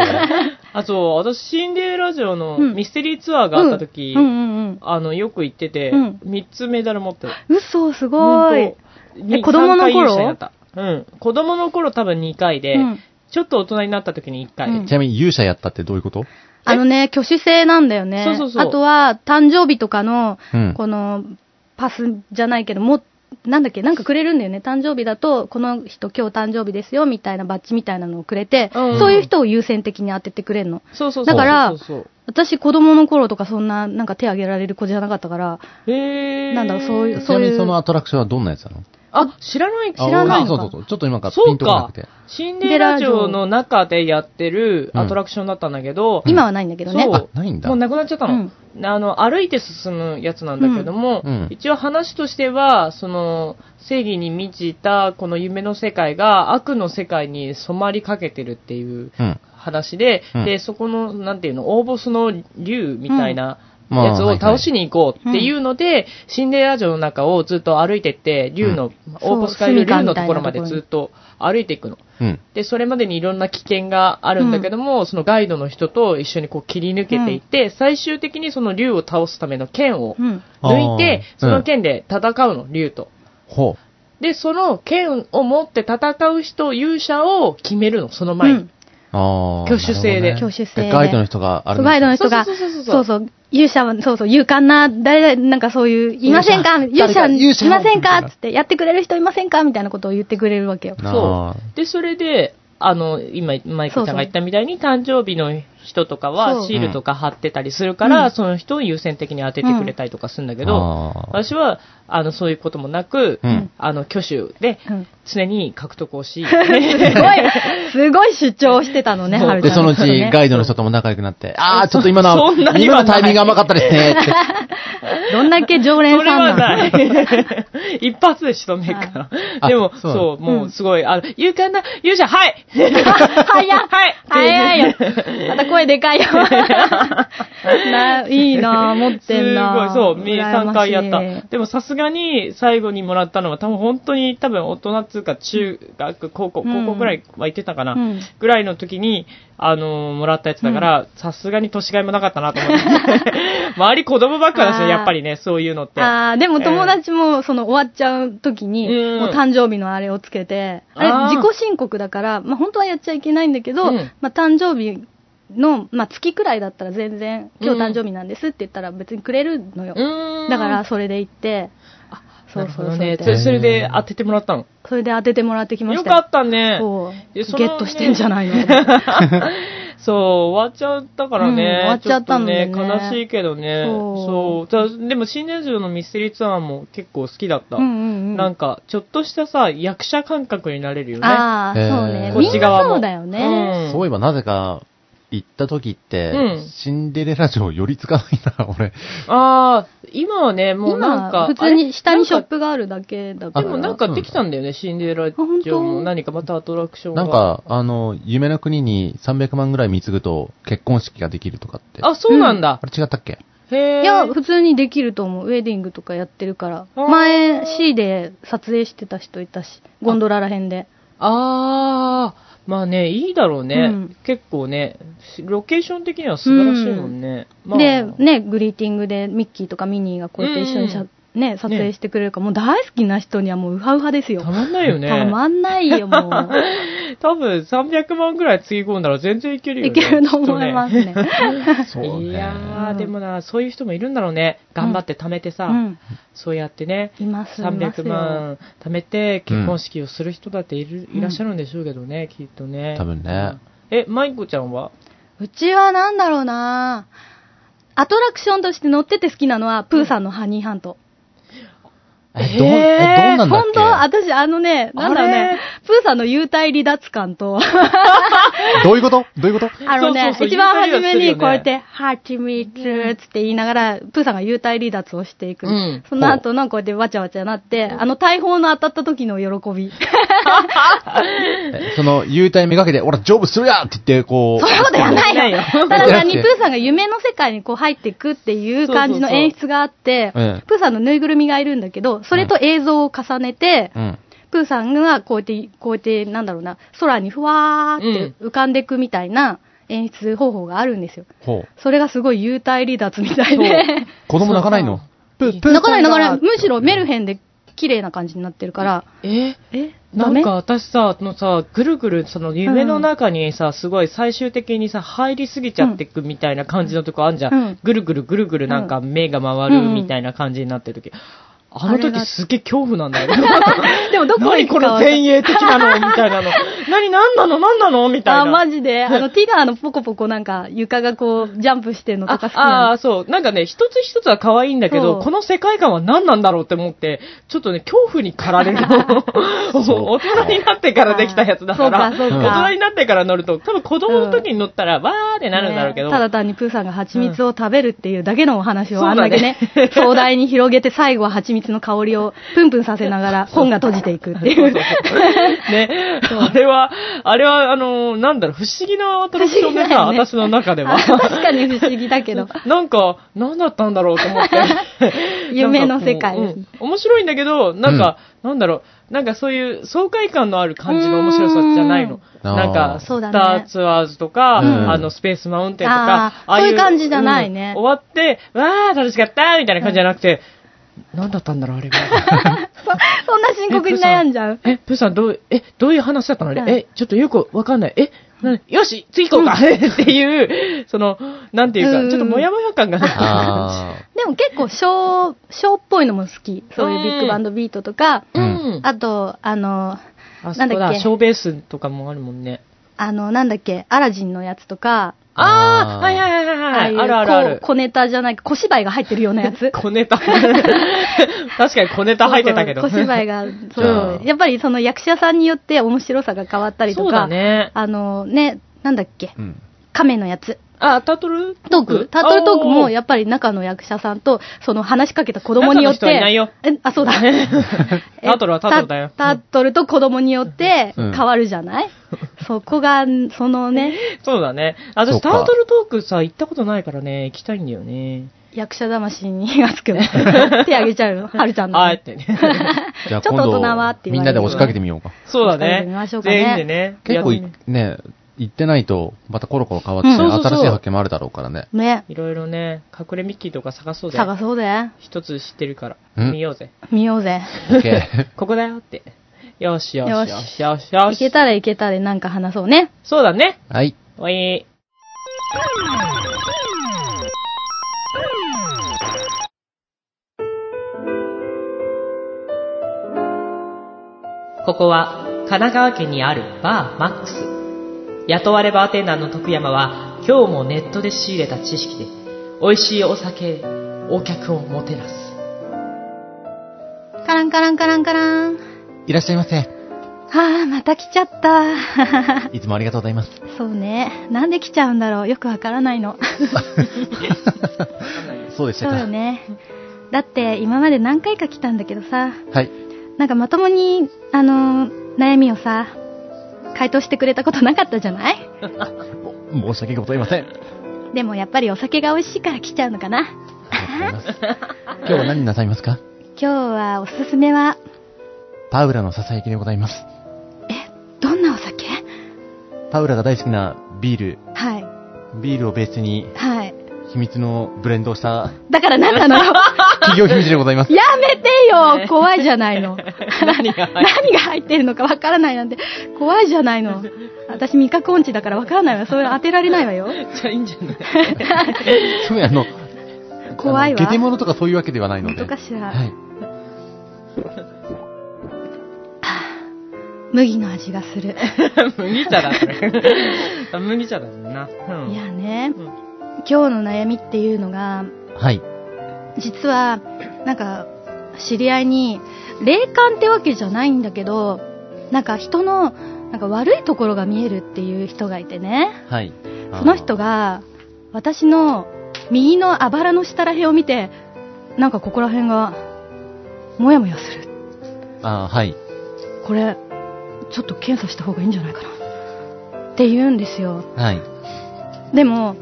あ、そう、私、シンデレラ城のうんミステリーツアーがあった時、うんうんうん。あの、よく行ってて、うん3つメダル持ってる。嘘、すごい。本当え子供のに三頃回優勝になったうん。子供の頃多分2回で、うんちょっと大人になった時に1回。うんちなみに勇者やったってどういうことあのね、挙手制なんだよね。そうそうそうあとは、誕生日とかの、うんこの、パスじゃないけど、も、なんだっけ、なんかくれるんだよね。誕生日だと、この人今日誕生日ですよ、みたいなバッジみたいなのをくれて、うんそういう人を優先的に当ててくれるの。そうそうそう。だからそうそう私、子供の頃とかそんな、なんか手挙げられる子じゃなかったから、そうへーなんだろうそういうちなみにそのアトラクションはどんなやつなのあ、知らない、知あらな俺いそうそうそう。ちょっと今からピンとこなくて。シンデレラ城の中でやってるアトラクションだったんだけど、うん今はないんだけどね。そうあないんだもうなくなっちゃったの、あの歩いて進むやつなんだけども、うんうん一応話としてはその正義に満ちたこの夢の世界が悪の世界に染まりかけてるっていううん。話で、うんでそこのなんていうの大ボスの竜みたいな、うんまあやつはいはをい倒しに行こうっていうので、シンデレラ城の中をずっと歩いてって、竜の、大ボスがいる竜のところまでずっと歩いていくの。うん。で、それまでにいろんな危険があるんだけども、そのガイドの人と一緒にこう切り抜けていって、最終的にその竜を倒すための剣をうん。抜いて、あーその剣で戦うの、竜と。ほで、その剣を持って戦う人、勇者を決めるの、その前に。うんう。ああ。挙手制でなるほどね挙手制でガイドの人があるんですよガイドの人が、そうそうそうそうそうそう、勇者は、そうそう、勇敢な、誰々、なんかそういう、いませんか勇勇者、者誰いまが勇者せんかつって、やってくれる人いませんかみたいなことを言ってくれるわ けよ。そなう。で、それで、あの、今、マイクちゃんが言ったみたいに、誕生日の人とかそうはシールとか貼ってたりするかうんら、その人を優先的に当ててくれたりとかするんだけど、あー私は、あの、そういうこともなく、うんあの、挙手で、うん常に獲得を し、 すごい、すごい主張してたのね、そうはるちで、ゃん。そのうちねガイドの人とも仲良くなって、ああ、ちょっと今のそは、んなに今はのタイミング甘かったですね、って。どんだけ常連それさんはなのない。 一発で仕留めるかあら。 でも、そうそう、もんうすごい、あの、勇敢な勇者、はい早っ はい早 いよ。また声でかいよ。ないいなぁ、持っすてんごなぁい、そう、羨ましい3回やった。でもさすがに最後にもらったのは、多分本当に多分大人っつうか中学、高校、うん高校ぐらいは行ってたかな、うんぐらいの時に、あのーもらったやつだから、さすがに年がいもなかったなと思って。 周り子供ばっかだしあーね、やっぱりね、そういうのって。ああ、でも友達も、その終わっちゃう時に、うんもう誕生日のあれをつけて、ああれー自己申告だから、まあ本当はやっちゃいけないんだけど、うんまあ誕生日の、まあ月くらいだったら全然、今日誕生日なんですって言ったら別にくれるのよ。うーんだから、それで行って、そなうるそほうどそうね。でそれそれで当ててもらったの。それで当ててもらってきましよたよ。かったね。そうゲでそのねットしてんじゃないの そう、終わっちゃったからね。うん終わっちゃったのでねちょっと悲しいけどね。そそう。だでも、新年城のミステリーツアーも結構好きだった。うんうんなうんか、ちょっとしたさ、役者感覚になれるよん。ね。ああ、えーそうね。こみっんちな側そもうだよね。うんそういえばなぜか、行った時って、うんシンデレラ城寄りつかないな、 俺。ああ、今はね、もうなん今、か、普通に下にショップ。プがあるだけだかでら。もなんかできたんだよね、シンデレラ城本当も何かまたアトラクションが。なん、か、あの、夢の国に300万ぐらい貢ぐと結婚式ができるとかって。ああ、そうなんだ。れ違ったっけへえ。いや、普通にできると思う。ウェディングとかやってるから。あー前、C で撮影してた人いたし、ゴンドラら辺で。ああ、まあね、いいだろうね。うん結構ね、しロケーション的には素晴らしいもんね。まあ、で、ね、グリーティングでミッキーとかミニーがこうやって一緒にしゃうんね、撮影してくれるか、もう大好きな人にはもうウハウハですよ。たまんないよね。たまんないよ、も う。多分300万ぐらいつぎ込んだら全然いけるよね。いけると思いますね。そうね。いやー、でもな、そういう人もいるんだろうね。頑張って貯めてさ、うん。そうやってね、います、います300よ。万貯めて結婚式をする人だっている、うんいらっしゃるんでしょうけどね、きっとね。多分ね。え、マイコちゃんはうちはなんだろうなアトラクションとして乗ってて好きなのは、プーさんのハニーハント。え、どん、え、どんなんだっ本け当私、あのね、なんだろうあねれ、プーさんの幽体離脱感と、どういうことどういうことあのね、そうそうそう一番初め幽体離脱すにるよねこうやって、はちみつつって言いながら、プーさんが幽体離脱をしていうく。んその後、なんかこうやってわちゃわちゃなって、あの大砲の当たった時の喜び。えその、幽体めがけて、俺、ジョブするやって言って、こう。 そうではないよ。ただ単にだっプてーさんが夢の世界にこう入っていくっていう感じの演出があって、そうそうそうええプーさんのぬいぐるみがいるんだけど、それと映像を重ねて、うん。プーさんがこうやって、こうやって、なんだろうな、空にふわーって浮かんでいくみたいな演出方法があるんですよ。ほう。それがすごい幽体離脱みたいで。子供泣かないのプー、プー泣か ない泣かさなんい。がむしろメルヘンで綺麗な感じになってるから。ええダなメんか私さ、あのさ、ぐるぐるその夢の中にさ、すごい最終的にさ、入りすぎちゃってくみたいな感じのとこあんじゃん。うんぐるぐるぐるぐるなんか目が回るみたいな感じになってる時。あのあれが時すげえ恐怖なんだよね。 でもどこ何にこの前衛的なのみたいなの。何何なの何なのみたいな。あ、マジで。あの、ティガーのポコポコなんか床がこう、ジャンプしてるのとか好きああなー、そう。なんかね、一つ一つは可愛いんだけそど、うこの世界観は何なんだろうって思って、ちょっとね、恐怖に駆られ るそうの。大人になってからできたやつだから、あーそうかそうか大人になってから乗ると、多分子供の時に乗ったら、わーってなるんだろうけど、ねただ単にプーさんが蜂蜜を食べるっていうだけのお話をあんだけねそうだね壮大に広げて最後は蜂蜜の香りをプンプンさせながら本が閉じていくって いう。ね、あれは、あれは、あのーなんだろう、不思議なアトラクションでさ、不思議だよね私の中では。 確かに不思議だけど。。なんか、何だったんだろうと思って 夢の世界なんかこううん面白いんだけど、なんか、なんだろう、なんかそういう爽快感のある感じの面白さじゃないの。うんなんあーか、スタそうだねーツアーズとか、うんあの、スペースマウンテンとか、あーそういう感じじゃないねうん終わって、わー、楽しかったみたいな感じじゃなくて、何だったんだろう、あれは。そんな深刻に悩んじゃう。え、プーさん、どう、え、どういう話だったのあれ、うんえ、ちょっとよくわかんない。え、なよし、次行こうか、 っていう、その、なんていううんか、ちょっともやもや感がなあでも結構ショー、ショーっぽいのも好き。そういうビッグバンドビートとか、 い。う。うんあと、あの、あそなんこだっだ、けショーベースとかもあるもんね。あの、なんだっけ、アラジンのやつとか、あーああー、はいはいはい ああはいい。うあるあるあるこ。小ネタじゃない、小芝居が入ってるようなやつ。 小ネ タ。確かに小ネタ入ってたけど。そうそう小芝 居が、そうう。んやっぱりその役者さんによって面白さが変わったりとそうだか、ね。あのね、なんだっけー。う、ん。亀のやつ。あ、タトルトークタートルトークも、やっっぱり中の役者さんと、その話しかけた子供によっ中の人て。はいないよえあ、そうだ。タートルはタートルだよタタートルと子供によってうん変わるじゃない、そこが、そのね、そうだね。そ私、うかタートルトークさ、行ったことないからね、行きたいんだよね。役者魂に火がつくの。手あげちゃうの。はるちゃんの。あ えてね。じゃあちょっ今と大度人はって言われるみんなで押しかけてみようか。そうだ見ねましょう。かね全員でね。結構やってい、ね、行ってないと、またコロコロ変わってね、うんそうそうそう新しい発見もあるだろうからね。ね、いろいろね、隠れミッキーとか探そうぜ。探そうぜ。一つ知ってるから、うん見ようぜ。見ようぜ。 OK ここだよって。よしよしよよししよしよいけし。たらいけたでなんか話そうね。そうだね。はい。おい。ここは神奈川県にあるバーマックス。雇われバーテンダーの徳山は今日もネットで仕入れた知識で美味しいお酒、お客をもてなす。カランカランカランカラン。いらっしゃいませ。ああ、また来ちゃった。いつもありがとうございます。そうね。なんで来ちゃうんだろう。よくわからないの。そうでしたそうか。よね。だって、今まで何回か来たんだけどさ、はい。なんかまともに、あのー悩みをさ、回答してくれたことなかったじゃないも申し訳ございません。あでもやっぱりお酒が美味しいから来ちゃうのかな。りがとうございます。 今日は何なさいますか今日はおすすめは、パウラのささやきでございます。どんなお酒パウラが大好きなビール、はい。ビールをベースにはい。秘密のブレンドをした、だからなんなの企業秘密でございます。 やめてよ怖いじゃないの。何が入ってる 何が入ってるのかわからないなんて、怖いじゃないの。私味覚音痴だからわからないわ。それ当てられないわよ。じゃあいいんじゃない そういうあの、怖いわあの下手物とかそういうわけではないので。本当かしらはい。麦の味がする。麦茶だね。 麦茶だねんな。うん。いやね、うん今日の悩みっていうのが、はい。実は、なんか、知り合いに、霊感ってわけじゃないんだけど、なんか人の、なんか悪いところが見えるっていう人がいてね。はい。その人が、私の右のあばらの下ら辺を見て、なんかここら辺が、もやもやする。あーあー、はい。これ、ちょっと検査した方がいいんじゃないかな。って言うんですよ。はい。でも、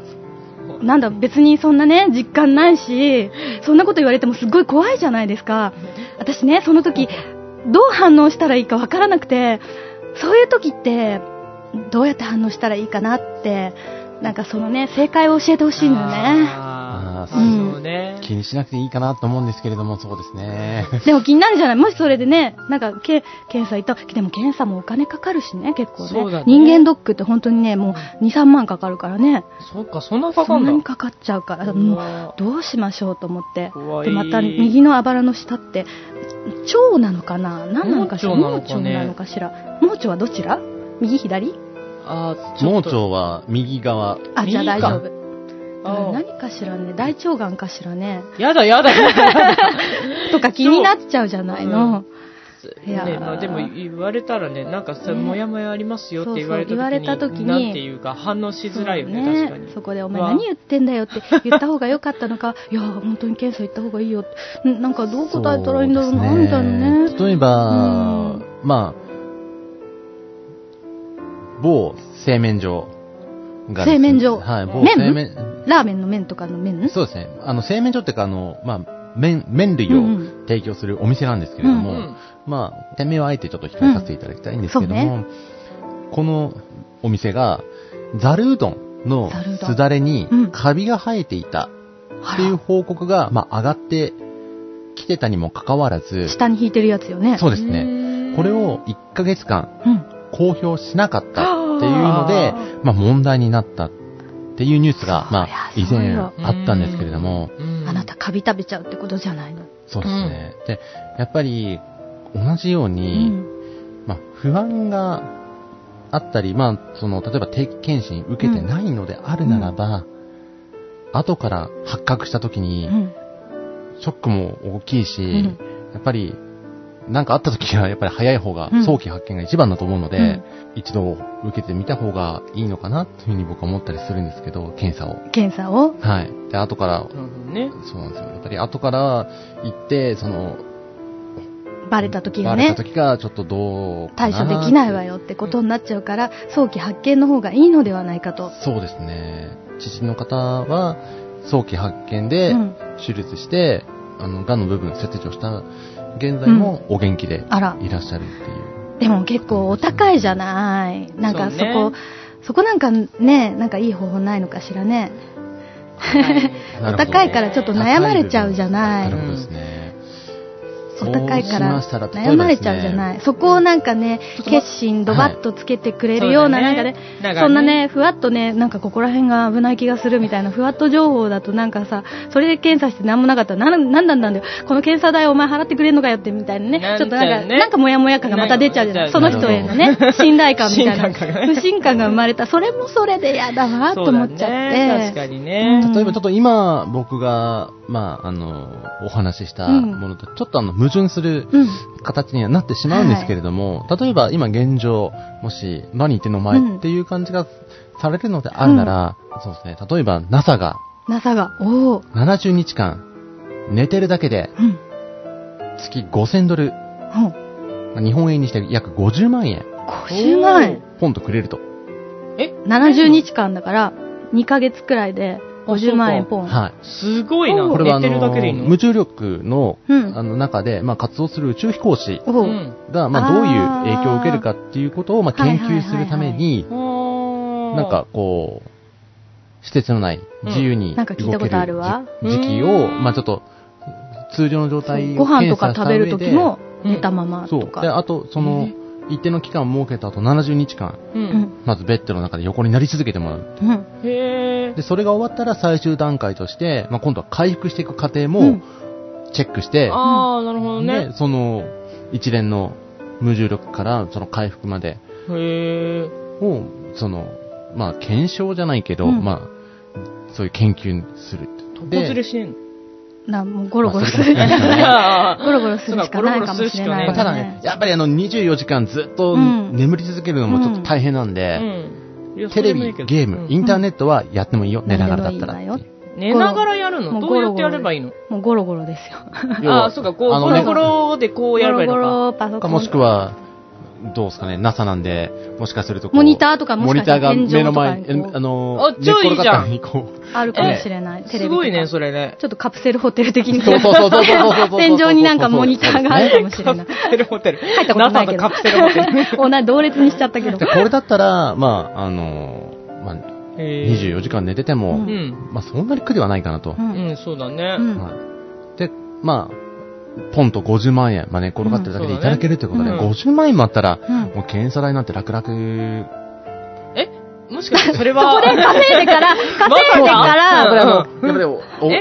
なんだ、別にそんなね、実感ないし、そんなこと言われてもすごい怖いじゃないですか。私ね、その時、どう反応したらいいかわからなくて、そういう時って、どうやって反応したらいいかなって、なんかそのね、正解を教えてほしいのよね。あーうんそうね。気にしなくていいかなと思うんですけれども、そうです ね。でも気になるじゃないもしそれでね、なんか、け検査行った、でも検査もお金かかるしね、結構そうね。だね人間ドックって本当にね、もう2、3万かかるからね。そうか、そんなかかそんんなにだ。かかっちゃうから、うもわうどうしましょうと思って怖いでまた右のあばらの下って腸なのかな何なのかしら盲腸なのかね盲なのかしら盲腸はどちら右左あーち盲ょっと腸は右側。あじゃあ右大か丈夫あー何かしらね大腸がんかし らねやだやだやだ。とか気になっちゃうじゃないの、 いやーねまあ、でも言われたらね、なんかさ、ねもやもやありますよって言われた時に、そうそう言われた時になんていうか、反応しづらいよね、そう確かに。そこでおう前わ何言ってんだよって言った方が良かったのか いや本当に検査行った方がいいよってんなんかどう答えたらいいんだろうな、そうでみすたいなね例えばう、まあ、某製麺所がですね製麺所はい、某麺製麺、ラーメンの麺とかの麺そうですね。あの、製麺所っていうか、あの、まあ、麺、麺類うんを提供するお店なんですけれども、うんまあ、店名はあえてちょっと控えさせていただきたいんですけども、うんこのお店が、ざるうどんのざるうどんすだれにうんカビが生えていたあっていうら報告が、まあ、上がってきてたにもかかわらず、下に引いてるやつよねそううですね。ねこれ、を1ヶ月間うん公表しなかったっていうのであ、まあ、問題になったっていうニュースが、まあ、そり以ゃそうよ前あったんですけれども、うんあなたカビ食べちゃうってことじゃないの。そうですね。で、やっぱり、同じよううに、ん。まあ、不安があったり、まあ、その、例えば定期検診受けてないのであるならば、後から発覚した時うに、ん。ショックも大きいし、んやっぱり、なんかあった時は、やっぱり早い方がう、ん早期発見が一番だと思うので、うん一度受けてみた方がいいのかな、というふうに僕は思ったりするんですけど、検査を。検査を。はい。で、後から、なるほどね。そうなんですよ。やっぱり後から行って、その、バレた時がバレたね、時がちょっとどうか対な処できないわよってことになっちゃうから、早期発見の方がいいのではないかと。そうですね知人の方は早期発見でうん手術して、あのがんの部分切除した現在もお元気であら、いらっしゃるっていう、でも結構お高いじゃない。なんかそそうこ、ねそこなんかね、なんかいい方法ないのかしらね。はいなおるほど高いからちょっと悩まれちゃうじゃなないる。ほどですね、お高いかそうしまらしたら悩まれちゃうじゃない。そこをなんかね、決心ドバッとつけてくれるような、はなんいかね、だからねそんなね、ふわっとね、なんかここら辺が危ない気がするみたいな、ふわっと情報だとなんかさ、それで検査して何もなかったら、なんなんなんだんだよ、この検査代お前払ってくれんのかよってみたいなね、なんちちゃうょねっとなんか、なんかモヤモヤ感がまた出ちゃうじゃない。なそんかの出ちゃう人へのね、信頼感みた信い頼感がな。ね不信感が生まれた。それもそれで嫌だわ、と思っちゃっそうだね確て。かにね。例えばちょっと今僕が、まあ、あのお話ししたうんものとちょっとあの矛盾するうん。形にはなってしまうんですけれども、例えば今現状、もし何言ってんのおうん前っていう感じがされるのであるなら、そうですね、例えば NASA が NASA が、おー70日間寝てるだけでうん。月5000ドル、うん。まあ日本円にして約50万円、 50万円。ポンとくれると。 70日間だから、2ヶ月くらいで50万円ポン。はい。すごいな、これはあ寝てるだのけでいいの無重力のうんあの中で、まあ、活動する宇宙飛行士おう。うんが、まああ、ーどういう影響を受けるかっていうことを、まあ、はい研はいはいはい究するために、ななんか、こう、施設のない、自由にな動んかけ聞るいたことあるわじ時期うを、んまあちょっと、通常の状態をご飯とか食べる時もうん寝たままそとう。か。で、あと、その、一定の期間を設けた後、70日間、う。うんんまずベッドの中で横になり続けてもらう。うんへえで、。それが終わったら最終段階として、まあ、今度は回復していく過程うもんチェックして、ああ、なるほどねで。その、一連の無重力からその回復までへえ。を、その、まあ、検証じゃないけど、うんまあ、そういう研究する。床ずれ してんのな、もうゴロゴロするしまあかそれない。あゴロゴロするしかないかもしれないそよまあうね。だただね、やっぱりあの、24時間ずっとうん眠り続けるのもちょっと大変なんーで、 うんいやそテれレでもいビいけど。ゲーム、うんインターネットはやってもいいよ、ん寝ながらだったらっていう。やって寝ながらやるのもうどうやってやゴロゴロればいいのもうゴロゴロですよ。要はああ、そうか、こう、あゴのロねゴロでこうやればいいのゴか。ロゴロパソコン。もしくは、どうですかね、NASA なんで、もしかするとこうモニターとかもモしニかターしたらが天井目のとか前にに、えあこのあ、超いいじゃん寝っ転がったよう にこううあるかもしれない。テレビすとかごいね、それね。ちょっとカプセルホテル的に。そうそうそうそうそうそうそう天井になんかモニターがあるかもしれない。カプセルホテル。入ったことないけど。 NASA とカプセルホテ ル。同じ同列にしちゃったけどで。これだったら、まあ、あの、まあ、えー24時間寝てても、ううん。まあ、そんなに苦ではないかなとう。んうん、そうだね。うんはいで、まあ、ポンと50万円、まあ、寝っ転がってるだけでうんいただけるということで、うん50万円もあったら、うんもう検査代なんて楽々、もしかして それは。 そこで稼いでから、稼いでかまさら、かやっぱりえ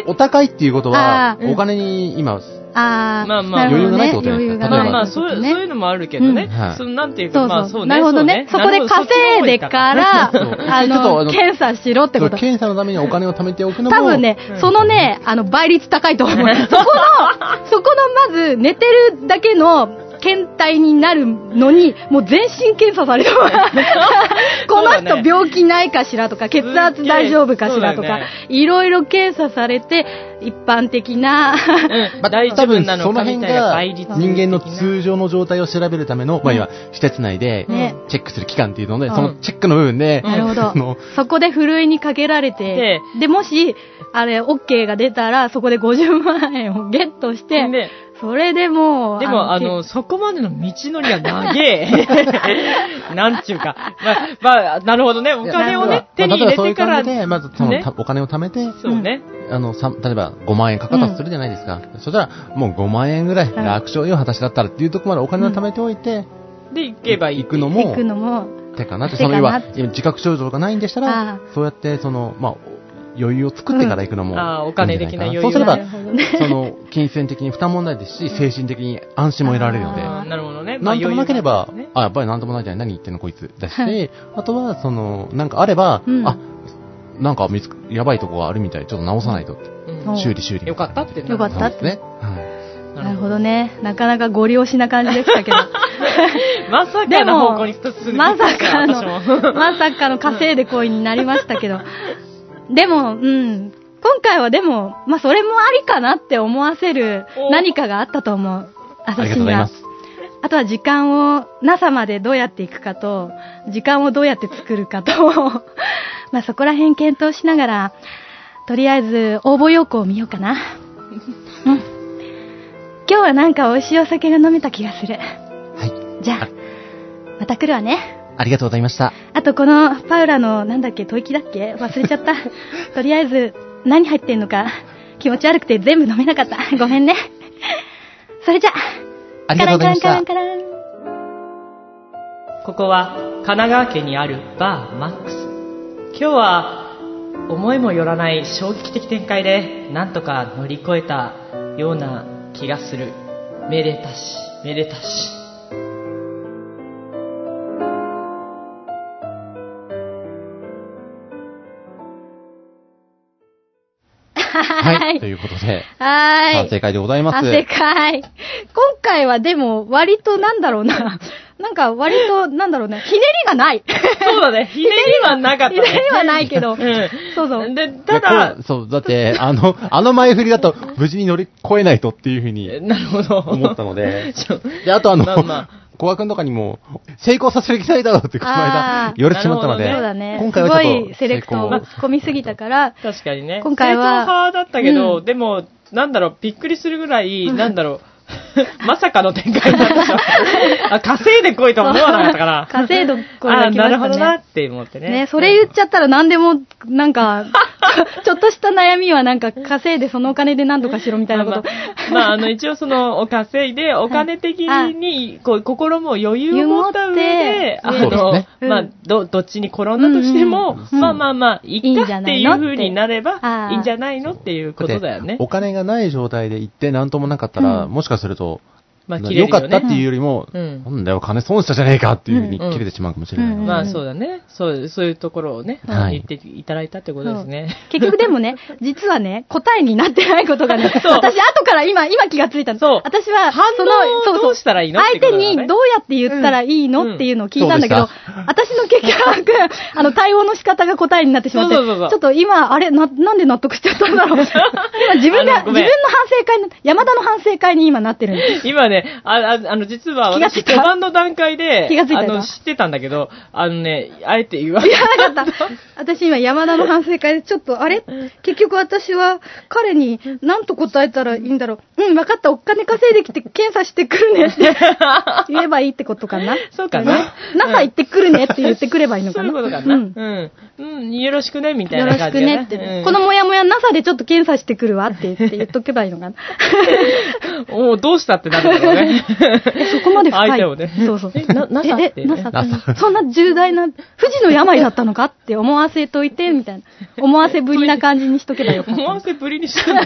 お、お高いっていうことあは、ーうんお金に今、あー、まあまあなるほ余裕がどねないってことね余裕がまなあい。まあ、そういう、そういうのもあるけどね。うんはいそのなんていうそか、うまあそ。そううね。なるほどね。そこで稼いでかそうそうら、あちょっとあの、の検査しろってこと。検査のためにお金を貯めておくのも、多分ねう、んそのね、あの、倍率高 いと思う。そこの、そこのまず、寝てるだけの検体になるのに、もう全身検査される わこのそうだ人ね病気ないかしらとか、血圧大丈夫かしらとそうだかね、いろいろ検査されて、一般的な、うんまあ、大丈多夫分なそののかみた辺いなが倍人率間の通常の状態を調べるための、まあ、うん今、施設内でねチェックする期間っていうので、うんそのチェックの部分で、うんなるほあのど。そこでふるいにかけられて、で、もし、あれ、OK が出たら、そこで50万円を ゲットして、で、それでもう、でも、あの、そこまでの道のりは長え。 なんちゅうか。まあ、まあ、なるほどね。お金をなねる、手に入れてかまらあ例えばそういう感じ。で、まずその、ねたお金を貯めて、そうね。あの、さ例えば5万円かかったとするじゃないですか。そしたら、もう5万円ぐらい楽勝よ、果たしだったらっていうところまでお金を貯めておいて、で、行けばいい。行くの行もく、のも、手かなって、手そかの要なはって、今自覚症状がないんでしたあら、そうやって、その、まあ、余裕を作ってから行くのも、うんああお金的な余裕そうすれまばなる、ほどね。その、金銭的に負担もないですし、精神的に安心も得られるので、あーなるほどね。まなあんともなければ余裕、があ、やっぱりなんともないじゃない、何言ってんのこいつ。だはし、あとは、その、なんかあればう、んあ、なんか見つ、やばいとこがあるみたい、ちょっと直さないとって。あるねうん修理修理。よかったってなよかったそうっでてすね。はい。なるほど。ね。なかなかご利用しな感じでしたけど。まさかでの方も向に進んでき、まさか私もの、 まさかの稼いで恋になりましたけど。でも、うん。今回はでも、まあ、それもありかなって思わせるお何かがあったと思う。ありがとうございます。あとは時間を NASA までどうやって行くかと、時間をどうやって作るかと、 まあそこら辺検討しながら、とりあえず応募要項を見ようかな。うん。今日はなんか美味しいお酒が飲めた気がする。はい。じゃあはい、また来るわね。ありがとうございました。あとこのパウラのなんだっけ、吐息だっけ忘れちゃ った。とりあえず何入ってんのか気持ち悪くて全部飲めなかった。 ごめんね。それじゃあ、ありがとうございましカラたン。カランカランカラン。ここは神奈川県にあるバーマックス。今日は思いもよらない衝撃的展開でなんとか乗り越えたような気がする。めでたし、めでたし。ははい。とい。いうことで、は反ー正い。解でございます。汗かい。今回はでも、割となんだろうな。 なんか割となんだろうな。ひねりがない。そうだ ね、ひねりはなかった、ひねりはないけうど。ん。そうそう。で、いやただこう、そう、だ って、あの、あの前振りだと、無事に乗り越えないとっていうふうえになるほど。、思ったの でちょで、あとあの、まあま小川くんとかにも、成功させる気ないだろうって、この間あー、言われてしまったので、なそうるだね。今回はちょっすとごいセレクトを成功突っ込みすぎ たから、確かにね。今回は正統派だったけど、うんでも、なんだろう、びっくりするぐらい、なんだろう、 まさかの展開になったでしょ あ、稼いでこいとは思わなかったから。 稼いどころあがー来なまるしほたどなね。って思ってね。 ね、それ言っちゃったら何でも、なんか、ちょっとした悩みはなんか稼いでそのお金で何とかしろみたいなこと。まあ、あの、一応その、お稼いで、お金的に、こう、心も余裕を持った上で、あ余裕持ってその、うですまあ、ど、どっちに転んだとしても、うんまあまあまあ、いいいっんじかゃっなていいのう風になればあ、ーいいんじゃないのっていうことだよねって。お金がない状態で行って何ともなかったら、うんもしかすると、まあ、切れる良よ、ね。かったっていうよりも、うんなんだよ、金損したじゃねえかっていうふうにうん切れてしまうかもしれないので。うんまあそうだね。そう、そういうところをね、はい言っていただいたってことですね。結局でもね、実はね、答えになってないことが ね、そう私後から今、今気がついたの。そう私は、反その応、そをうどそうう。したらいいのってこと相手だねにどうやって言ったらいいのっていうのを聞いたんだけうんどそ、私の 結果、あの、対応の仕方が答えになってしまって、ちそうそうそうそうょっと今、あれ、な、なんで納得しちゃったんだろ う。今自分で、あのご自め分の反ん省会の、山田の反省会に今なってるんで す。今ね、あ、ああの、実は気がつ私、いた序盤の段階で、気がついたあの、今知ってたんだけど、あのね、あえて言わな言わなかった。私今山田の反省会でちょっと、あれ結局私は彼に何と答えたらいいんだろう。うん、分かった。お金稼いできて検査してくる ねって言えばいいってことかな。そうかな。 NASA 行ってくるねって言ってくればいいのかそうな。いうことかな。ううんん。うん、よろしくね、みたいよろなし感じくだねって。うんこのもやもや NASA でちょっと検査してくるわって言って言っとけばいいのかな。おうどうしたってなるけどね。え、そこまで深い。相手をね。そうそう。え、な、なさっえ、てえ、ね。なさって。そんな重大な、不治の病だったのかって思わせといて、みたい な。思わせぶりな感じにしとけばよかっ思わた。せぶりにした んだ。あ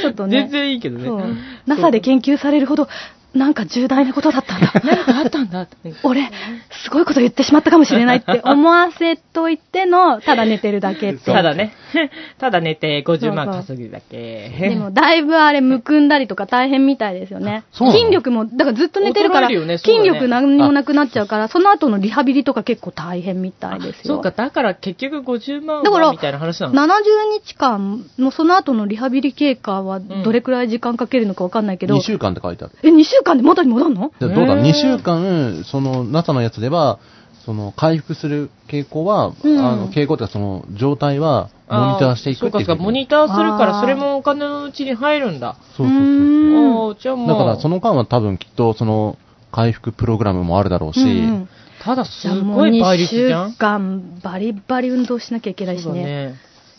ちょっとね。全然いいけどね。そう。NASA で研究されるほど、なんか重大なことだっ たんだ。何かあったんだって。俺、すごいこと言ってしまったかもしれないって思わせといての、ただ寝てるだけっていうただね。 ただ寝て50万そうそう稼ぐだけ。でも、だいぶあれ、むくんだりとか大変みたいですよね。そうなの筋力も、だからずっと寝てるか衰えら、るよねそうだ筋ね力何にもなくなっちゃうから、その後のリハビリとか結構大変みたいですそよ。うか、だから結局50万だからはみたいな話なの。 70日間のその後のリハビリ経過はどれくらい時間かけるのかわかんないけど、 2週間って書いてある。え、2週間で元に戻るのでどうだへー ?2 週間、その NASA のやつでは、その回復する傾向は、うんあの傾向というかその状態はモニターしていくあーそうかっていそううか、モニターするかあーら、それもお金のうちに入るんだ。そうそううそうーんおーじゃあもう。だからその間は多分きっとその回復プログラムもあるだろうし、うんうんただじすゃあもうごい倍2率じゃん週間バリバリ運動しなきゃいけないしそうだね。ね。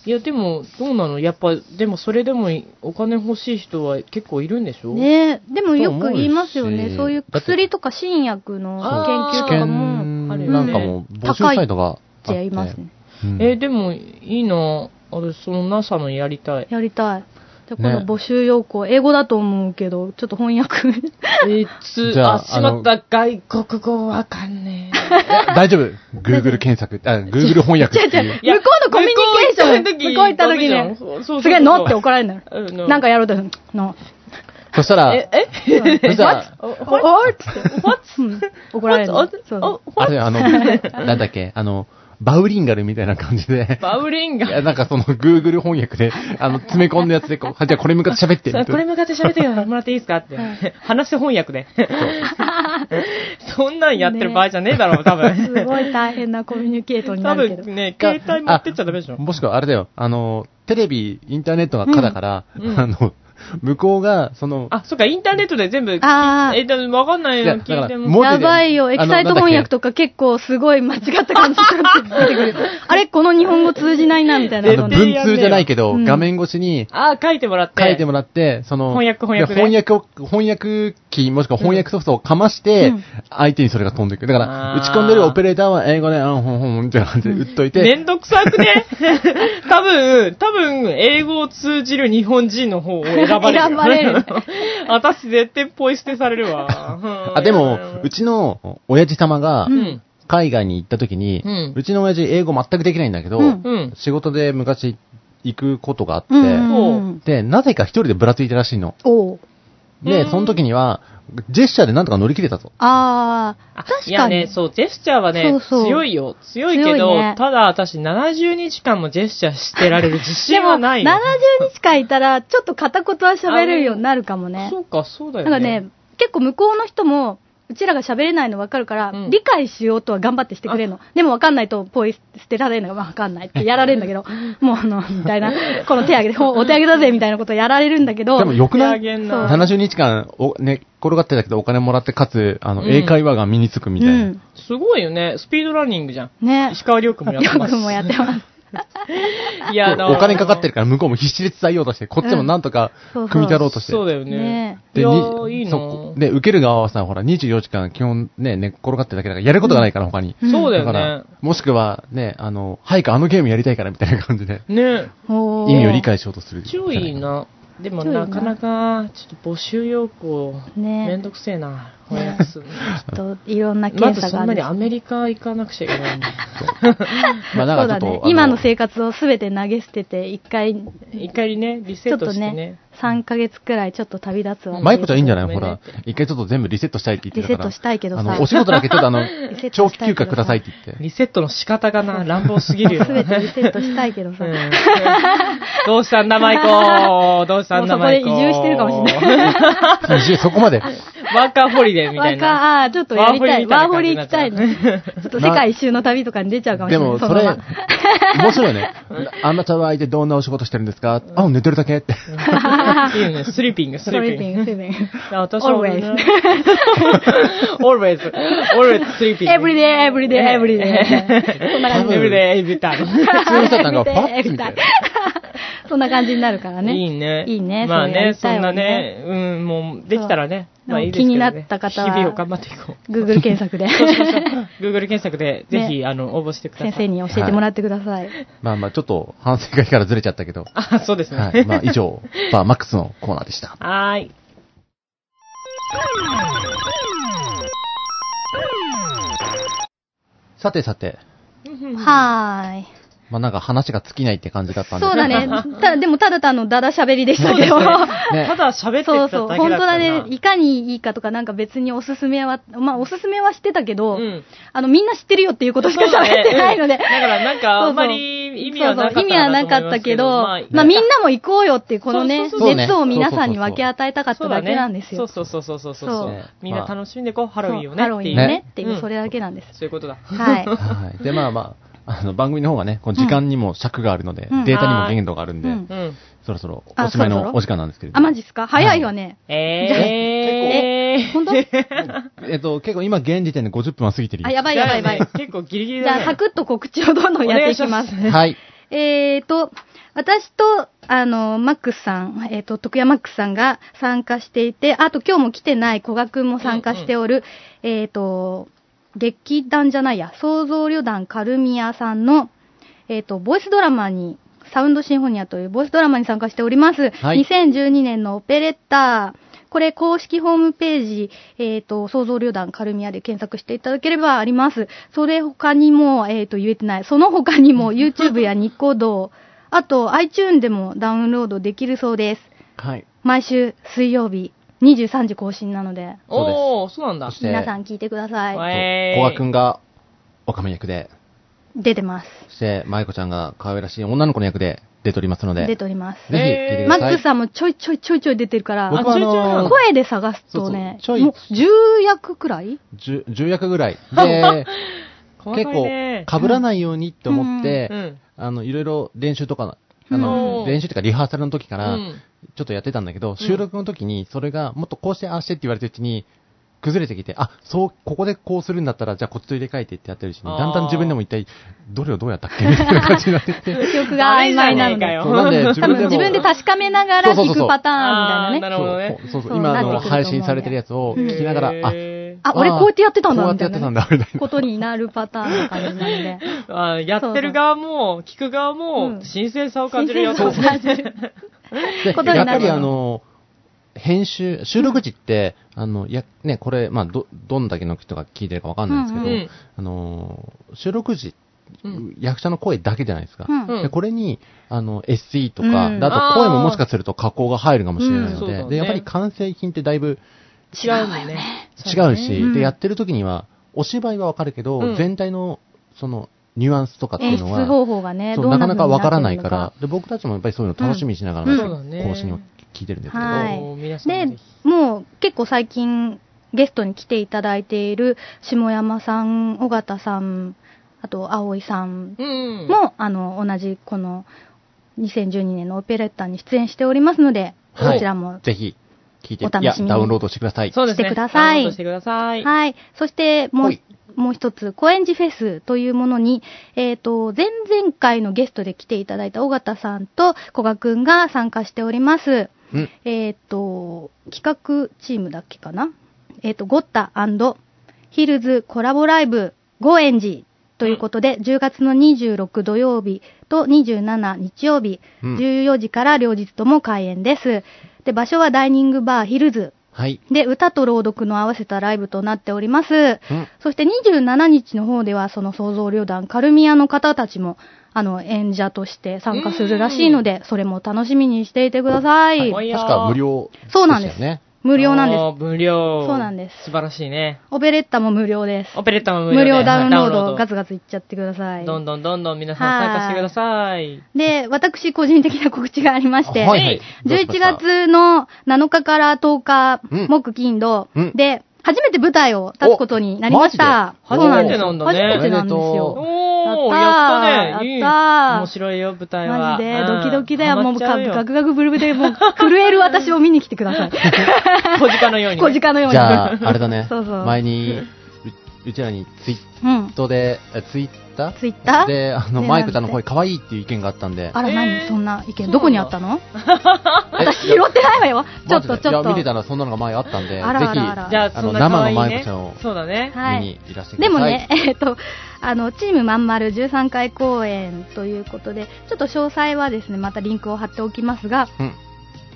いや、でも、どうなのやっぱ、でもそれでもお金欲しい人は結構いるんでしょねでもよく言いますよと思うね。しそういう薬とか新薬のあー研究試とかも、験あるよねなんかも募集サイトがあってやりますね。うんえーでも、いいな。あれ、その NASA のやりたい。やりたい。だかねら募集要項、英語だと思うけど、ちょっと翻訳。 えーつじ、ゃああ、しまった、外国語わかんねいや大丈夫 ?Google 検索、あ、Google 翻訳っていう。え。いや向こうのコミュニケーション向こう行った時ねそうそうそうすげえ、のって怒られるうのんよ。なんかやろうと、の。そしたら、え、えそしたら、おおおおっ つって。うん怒られるの。そうおおあれ、あの、 なんだっけ、あの、バウリンガルみたいな感じで、バウリンいや、ガ。なんかその、Google 翻訳で、あの、詰め込んだやつで、こう、あじゃあこれ向かって喋って。さあこれ向かって喋ってもらっていいですかってはい。話して翻 訳で。そんなんやってる場合じゃねえだろう、多す分。ごい大変なコミュニケートにな多るけ ど。分ね、携帯持ってっちゃダメでしょあ。もしくは、あれだよ、あの、テレビ、インターネットがかだから、うんあの、向こうが、その、あ、そっか、インターネットで全部、え、あーだわかんないいやよ、聞いてだかも。らやばいよ、文エ字でキサイト翻訳とか結構すごい間違った感じになって出てくる。 あれ、この日本語通じないな、みたいなあえののでね。文通じゃないけど、うん画面越しにあ、書いてもらって。書いてもらっらって、その、翻訳翻訳いねや翻訳を、翻訳機、もしくは翻訳ソフトをかまして、うん相手にそれが飛んでいく。だから、あー打ち込んでるオペレーターは英語で、あん、ほんほん、みたいな感じで打っといて、めんどくさく ね多分、多分、英語を通じる日本人の方を選ばれる。選ばれる。 私絶対ポイ捨てされる わ。あ、でも、うちの親父様がう、ん。海外に行った時に、ううんちの親父英語全くできないんだけど、うんうん。仕事で昔行くことがあって、うんうんうん。で、なぜか一人でぶらついたらしいの。おうで、うんその時には、ジェスチャーでなんとか乗り切れたと。ああ、あ確いかやに。ね、そう、ジェスチャーはね、そうそう強いよ。強いけ強ど、いねただ私70日間もジェスチャーしてられる自信は ないでのも、70日間いたら、ちょっと片言は喋れるようになるかもね。そうか、そうだなよんね。かね、結構向こうの人も、うちらが喋れないの分かるから、うん理解しようとは頑張ってしてくれるの。でも分かんないと、ポイ捨てられるのが分かんな いってやられるんだけど、もうあの、みたいな、この手上げで、ほお手上げだぜみたいなことやられるんだけど、でもよくな手上げいんなそう ?70 日間お、ね、転がってたけどお金もらって、かつ、あの、うん英会話が身につくみたいな。うんすごいよね。スピードランニングじゃん。ね、石川遼君もやってよます。 くもやってます。いや、だらお金かかってるから向こうも必死で伝えようとして、こっちもなんとかそうそう組み立ろうとして。そうだよねね。いで、やにいいなそで、受ける側はさ、ほら、24時間基本ね、寝っ転がってるだけだから、やることがないから、他に。うんそうだだからよ、もしくはね、あの、早くあのゲームやりたいからみたいな感じで、ね。ね。おー意味を理解しようとする。超いい。な。でも超いいななかなか、ちょっと募集要項、ねめんどくせえな。 翻訳するのちょっといろんなま検ず査がそあんなるにアメリカ行かなくちゃいけないん だ。まあ、だそうからだちょっねと、あ今の生活をすべて投げ捨てて一回ち一回ね、リセッょっトとしてね。ね3ヶ月くらいちょっと旅立つわマイコちゃんいいんじゃないごほめんらね、一回ちょっと全部リセットしたいって言ってたから。リセットしたいけどさあの、お仕事だけちょっとあのセッ、ト長し期たい休けどさ暇くださいって言って。 リセットの仕方がな、乱暴すぎるよ。すべてリセットしたいけどうさ、ん どうしたんだ、マイ コどうしたんだ、もマうそこでイ移コ。住してるかもしれない移住そこまで。 ワーカーホリデーみたワいーカな。ー、あーちょっとやりたい。ワワーーホホリリ行みきたたいいの。なち感じになっょっと世界一周の旅とかに出ちゃうかもしでれない。も、そそのまれま、面白いよね。あなたは相手どんなお仕事してるんですかあ、寝てるだけ って。いいよね、スリーピング、ススリトリーーピピンング。グ、ストリーピング。あ私はね Always always, always sleeping. every day, every day, every day. そんな感じ。 every day, every time. 普通の人なんか、パッ every て day, みた every い time そんな感じになるからね。いいね。いいね。まあそうやねり、たそいんなわね、うん、もう、できたらね。まあいいですけどね気になった方は日々を頑張ってい こう。 Google 検索で。 Google 検索で、ぜひ、ねあの、応募してください。先生に教えてもらってください。まあまあ、ちょっと反省会からずれちゃったけど。あ、そうですね。はい。まあ、以上、バーマックスのコーナーでした。 はーい。さてさて、はーい。まあなんか話が尽きないって感じだったんですそうだ ね。たでも、ただ単のだだ喋りでしたけど。ねただ喋ってただけだ そう そう、ったな本当だね、いかにいいかとか、なんか別におすすめは、まあ、おすすめはしてたけうど、んあのみんな知ってるよっていうことしかそうだ喋ねってないので、うんだからなんかそうそうあんまり意味はなかったそうそう意味はなかったけど、と思いままあすけどまあ、みんなも行こうよっていう、このねそうそうそう熱を皆さんに分け与えたかったそうだだねけなんですよ。そうそうそうそうそうそうねみんな楽しんでこう、ハハロウィンをね。ハロウィっンていうねっていう、うんそれだけなんです。そういうことだ。はい。はい。で、まあまあ、あの、番組の方がね、この時間にも尺があるので、うんデータにも限度があるんで、うんうん。そろそろあおしまいそろそのろお時間なんですけれどあ、マジっすか早いわね。えー。 本当えっと、結構今現時点で50分は過ぎてるよあ、やばいやばいやばい。だよね結構ギリギリじだ、ね。ゃあ、サクッと告知をどんどんやっていきます。はい。えーと、私と、あの、マックスさん、えーと、徳谷マックスさんが参加していて、あと今日も来てない古賀くんも参加しておる、えーと、劇団じゃないや、創造旅団カルミアさんの、えーと、ボイスドラマに、サウンドシンフォニアというボイスドラマに参加しております。はい2012年のオペレッタこれ公式ホームページ、えっ、と、創造旅団カルミアで検索していただければあります。それ他にも、えっ、と、言えてない。その他 にも YouTube やニコ動、あと iTune でもダウンロードできるそうです。はい。毎週水曜日23時更新なので、おー、そうなんだそし。て皆さん聞いてくだはさい。えー古賀くんが、おかめ役で、出てます。そして、舞子ちゃんが可愛らしい女の子の役で出ておりますので、出ぜております。ひ、聞いてくマだッさクい。スさんもちょいちょいちょいちょい出てるから、僕はああちょいちょいなのの声で探すとね、そうそうちょいもう10役くらい10、10役ぐ らい。で、細かい結構ね、被らないようにって思って、うん。あの、いろいろ練習とか、あの、うん練習というかリハーサルの時から、うんちょっとやってたんだけど、収録の時に、それが、もっとこうして、ああしてって言われてるうちに、崩れてきて、あ、そう、ここでこうするんだったら、じゃあこっちと入れ替えてってやってるうちに、あーだんだん自分でも一体、どれをどうやったっけ みたいな感じになってって。記憶が曖昧なダメじゃねのえかでよ。そうなんで、自分多分でも。自分で確かめながらそうそ聞うそうそくうパターンみたいなね。 なるほどねそうそうそう、そう今あなのってくると思うんだ配信されてるやつを聞きながら、あ、へーあ、俺こうやってやってたんだこうやみってやたいってたなんだ、ねみたいな。ことになるパターンの感じなの で。あやってる側も、聞く側うんも、新鮮さを感じるよ新鮮さを感じるでことにやなるっぱりあの、編集、収録時って、あの、や、ね、これ、まあ、ど、どんだけの人が聞いてるかわかんないんですけど、うんうんあの、収録時、うん役者の声だけじゃないですか。 うんうんでこれに、あの、SE とか、うんであと声ももしかすると加工が入るかもしれないので、うんそうだねで、やっぱり完成品ってだいぶ違うよね。違うし、うんで、やってる時には、お芝居はわかるけど、うん全体の、その、ニュアンスとかってい演う出のは、方法がね、そうどうなかな風なにかわからなっているかのら、で、僕たちもやっぱりそういうの楽しみにしながら、うんそうだね更新を聞いてるんですけど、はいもう皆さんもぜでひ、もう結構最近ゲストに来ていただいている下山さん、尾形さん、あと葵さんうん。も、あの、同じこの2012年のオペレッタに出演しておりますので、はいこちらもぜひ、聞いて、お楽しみにいや、ダウンロードしてください。そうですね。してくだダウさいンロードしてください。はい。そして、もうほい、もう一つ、高円寺フェスというものに、えっ、と、前々回のゲストで来ていただいた尾形さんと古賀くんが参加しております。うん。えっ、と、企画チームだっけかなえっ、と、ゴッタヒルズコラボライブ、ゴーエンジということで、10月の26土曜日と27日曜日、うん14時から両日とも開演です。で、場所はダイニングバーヒルズ。はい。で、歌と朗読の合わせたライブとなっております。うん。そして27日の方では、その創造旅団カルミアの方たちも、あの、演者として参加するらしいので、それも楽しみにしていてください。はい確か無料でしたそようね。なんです無料なんです。す。無料。そうなんです素晴らしいね。オペレッタも無料です。オペレッタも無料無で料ダウンロード、ガガツツガツいっちゃってください。どんどんどんどん皆さん参加してください。で、私、個人的な告知がありまして、あはいはいどうし11ました月の7日から10日、うん木、金、土うんで、初めて舞台を立つことになりました。おジでマそうなんで初めてすなんだね初めてなんですおよ。おー、ややっったーたね。いいやったー面白いよ、舞台は。マジで、うんドキドキだよ。ハマもう、っちゃガうよクガクブルブルで、もう、震える私を見に来てください。小鹿のようにね。小鹿のように。。じゃあ、あれだね そうそう。前に、ううちらにツイうんッ。トで、えツイッターツイッターで、あの、ねマイクちゃんの声可愛いっていう意見があったんで。あら、えー何そんな意そうなん見。だどこにあったのえ私拾ってないわよ。ちょっと、マジちでいょやっと。見てたらそんなのが前あったんで、あらあらあらじゃあ、あそのんな可愛いね。生のマイクちゃんをそうだね。はぜいひ見にいらしてください。でもね、 えっと、あの、チームまんまる13回公演ということで、ちょっと詳細はですね、またリンクを貼っておきますが、うん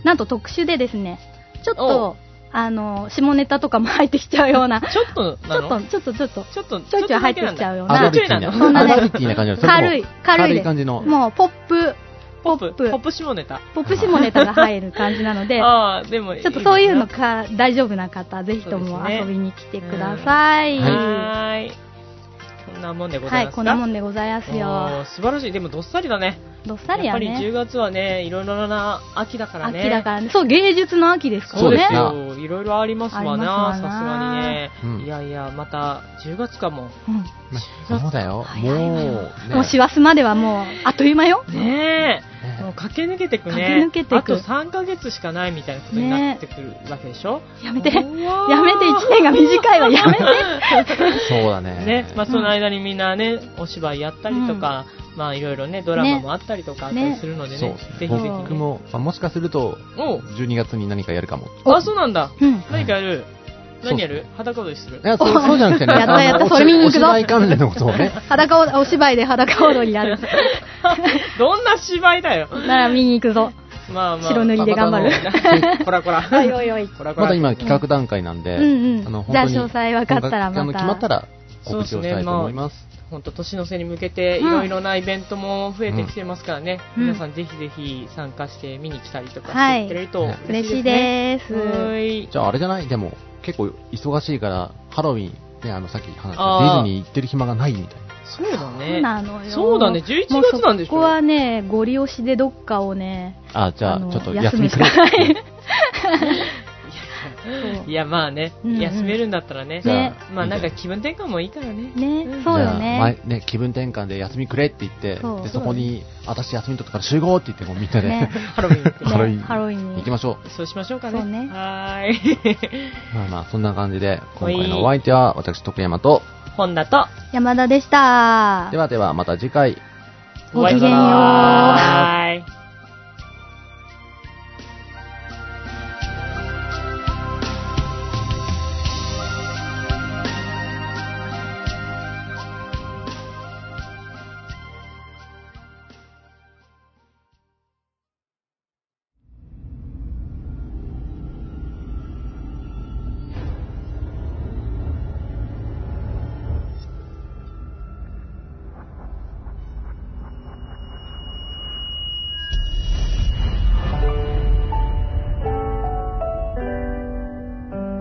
なんと特集でですね、ちょっおと、あの、下ネタとかも入ってきちゃうような、ち ちょっとなょっの、と、ちょっと、ちょっと、ちょっと、ちょいちょい入ってきちゃうようアなダちょルテいィーなな、そんなねアダルティーな感じなのそれとも軽い、軽い軽でい感す。じの。もう、ポップ、ポップ、ポップポップ下ネタ。ポップ下ネタが入る感じなので、 ああ、でもいいちょっとそういうのか大丈夫な方、ぜひとも遊びに来てください。いいはなはーい。こんなもんでございい、ますかこんなもんでございますおーよ。素晴らしい。でもどっさりだね。どっさりやっやぱり10ね。月はね、いろいろな秋だからね。秋だからね。そう、芸術の秋ですかそうでですらすね。よ。いろいろありますわあな、りさすますわがなにね、うんいやいや、また10月かも。うまそうだよ。もうん、ね、もう師走まではもう、あっという間よ。ねねえ、もう駆け抜けてくね。駆け抜けてくあと3ヶ月しかないみたいなことになってくるわけでしょ、やめて。やめて、うわー1年が短いわ。やめて。そうだね。ね、まあ、その間にみんなね、お芝居やったりとか、まあ、いろいろね、ドラマもあったりとかあったりするのでね、そうでぜすひぜね。ひ、ね。僕も、まあ、もしかすると、おう12月に何かやるかも。あ、そうなんだ。うん。何かやるそう何やる裸踊りするいや、 そうそうじゃなくてね、やったやったあのそれ見に行くぞお芝居関連のことを ね、裸を、お芝居で裸踊りやる。 どんな芝居だよ。なら見に行くぞ。まあまあ。白塗りで頑張る。 こらこら。おいおいおい。こらこら。まだ今企画段階なんで、うんうんあの本当にじゃあ詳細分かったらまたあの決まったら告知をしたいと思います。本当年の瀬に向けていうんろいろなイベントも増えてきてますからね、うん皆さんぜひぜひ参加して見に来たりとかはしていくれると嬉しいねです。はうーいじゃああれじゃないでも結構忙しいからハロウィンねあのさっき話したあーディズニー行ってる暇がないみたいな。そうだねなのよ。そうだね11月なんでしょもうそこはね、ご利用しでどっかをね、あ じゃあのちょっと休休むみしくかれ。ない。いやまあね、うんうん休めるんだったらねじゃあねまあなんかじ気分転換もいいからねね、そうよゃあ前ね。ね気分転換で休みくれって言ってそうでそこに私休み取ったから集合って言ってもうみんなで、 ねハロウィン行って ハロウィンねハロウィンに行きましょう。そうしましょうかねそうねはーいまあまあそんな感じで今はい回のお相手は私徳山と本だと山田でしたで。はではまた次回。ごきげんようはーい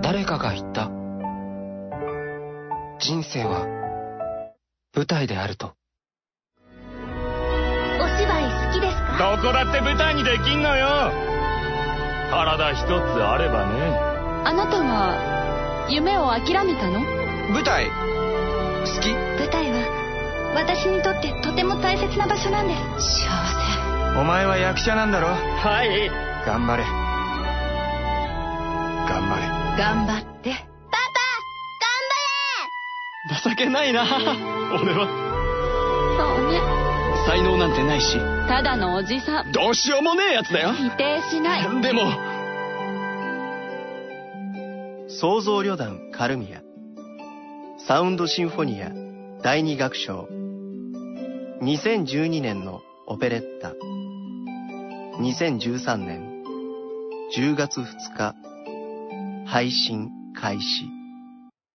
誰かが言った人生は舞台であるとお芝居好きですかどこだって舞台にできんのよ体一つあればねあなたは夢を諦めたの舞台好き舞台は私にとってとても大切な場所なんです幸せお前は役者なんだろはい頑張れ頑張れ頑張ってパパ頑張れまさ関係ないな俺はそうね才能なんてないしただのおじさんどうしようもねえやつだよ否定しないでも創造旅団カルミアサウンドシンフォニア第二楽章2012年のオペレッタ2013年10月2日配信開始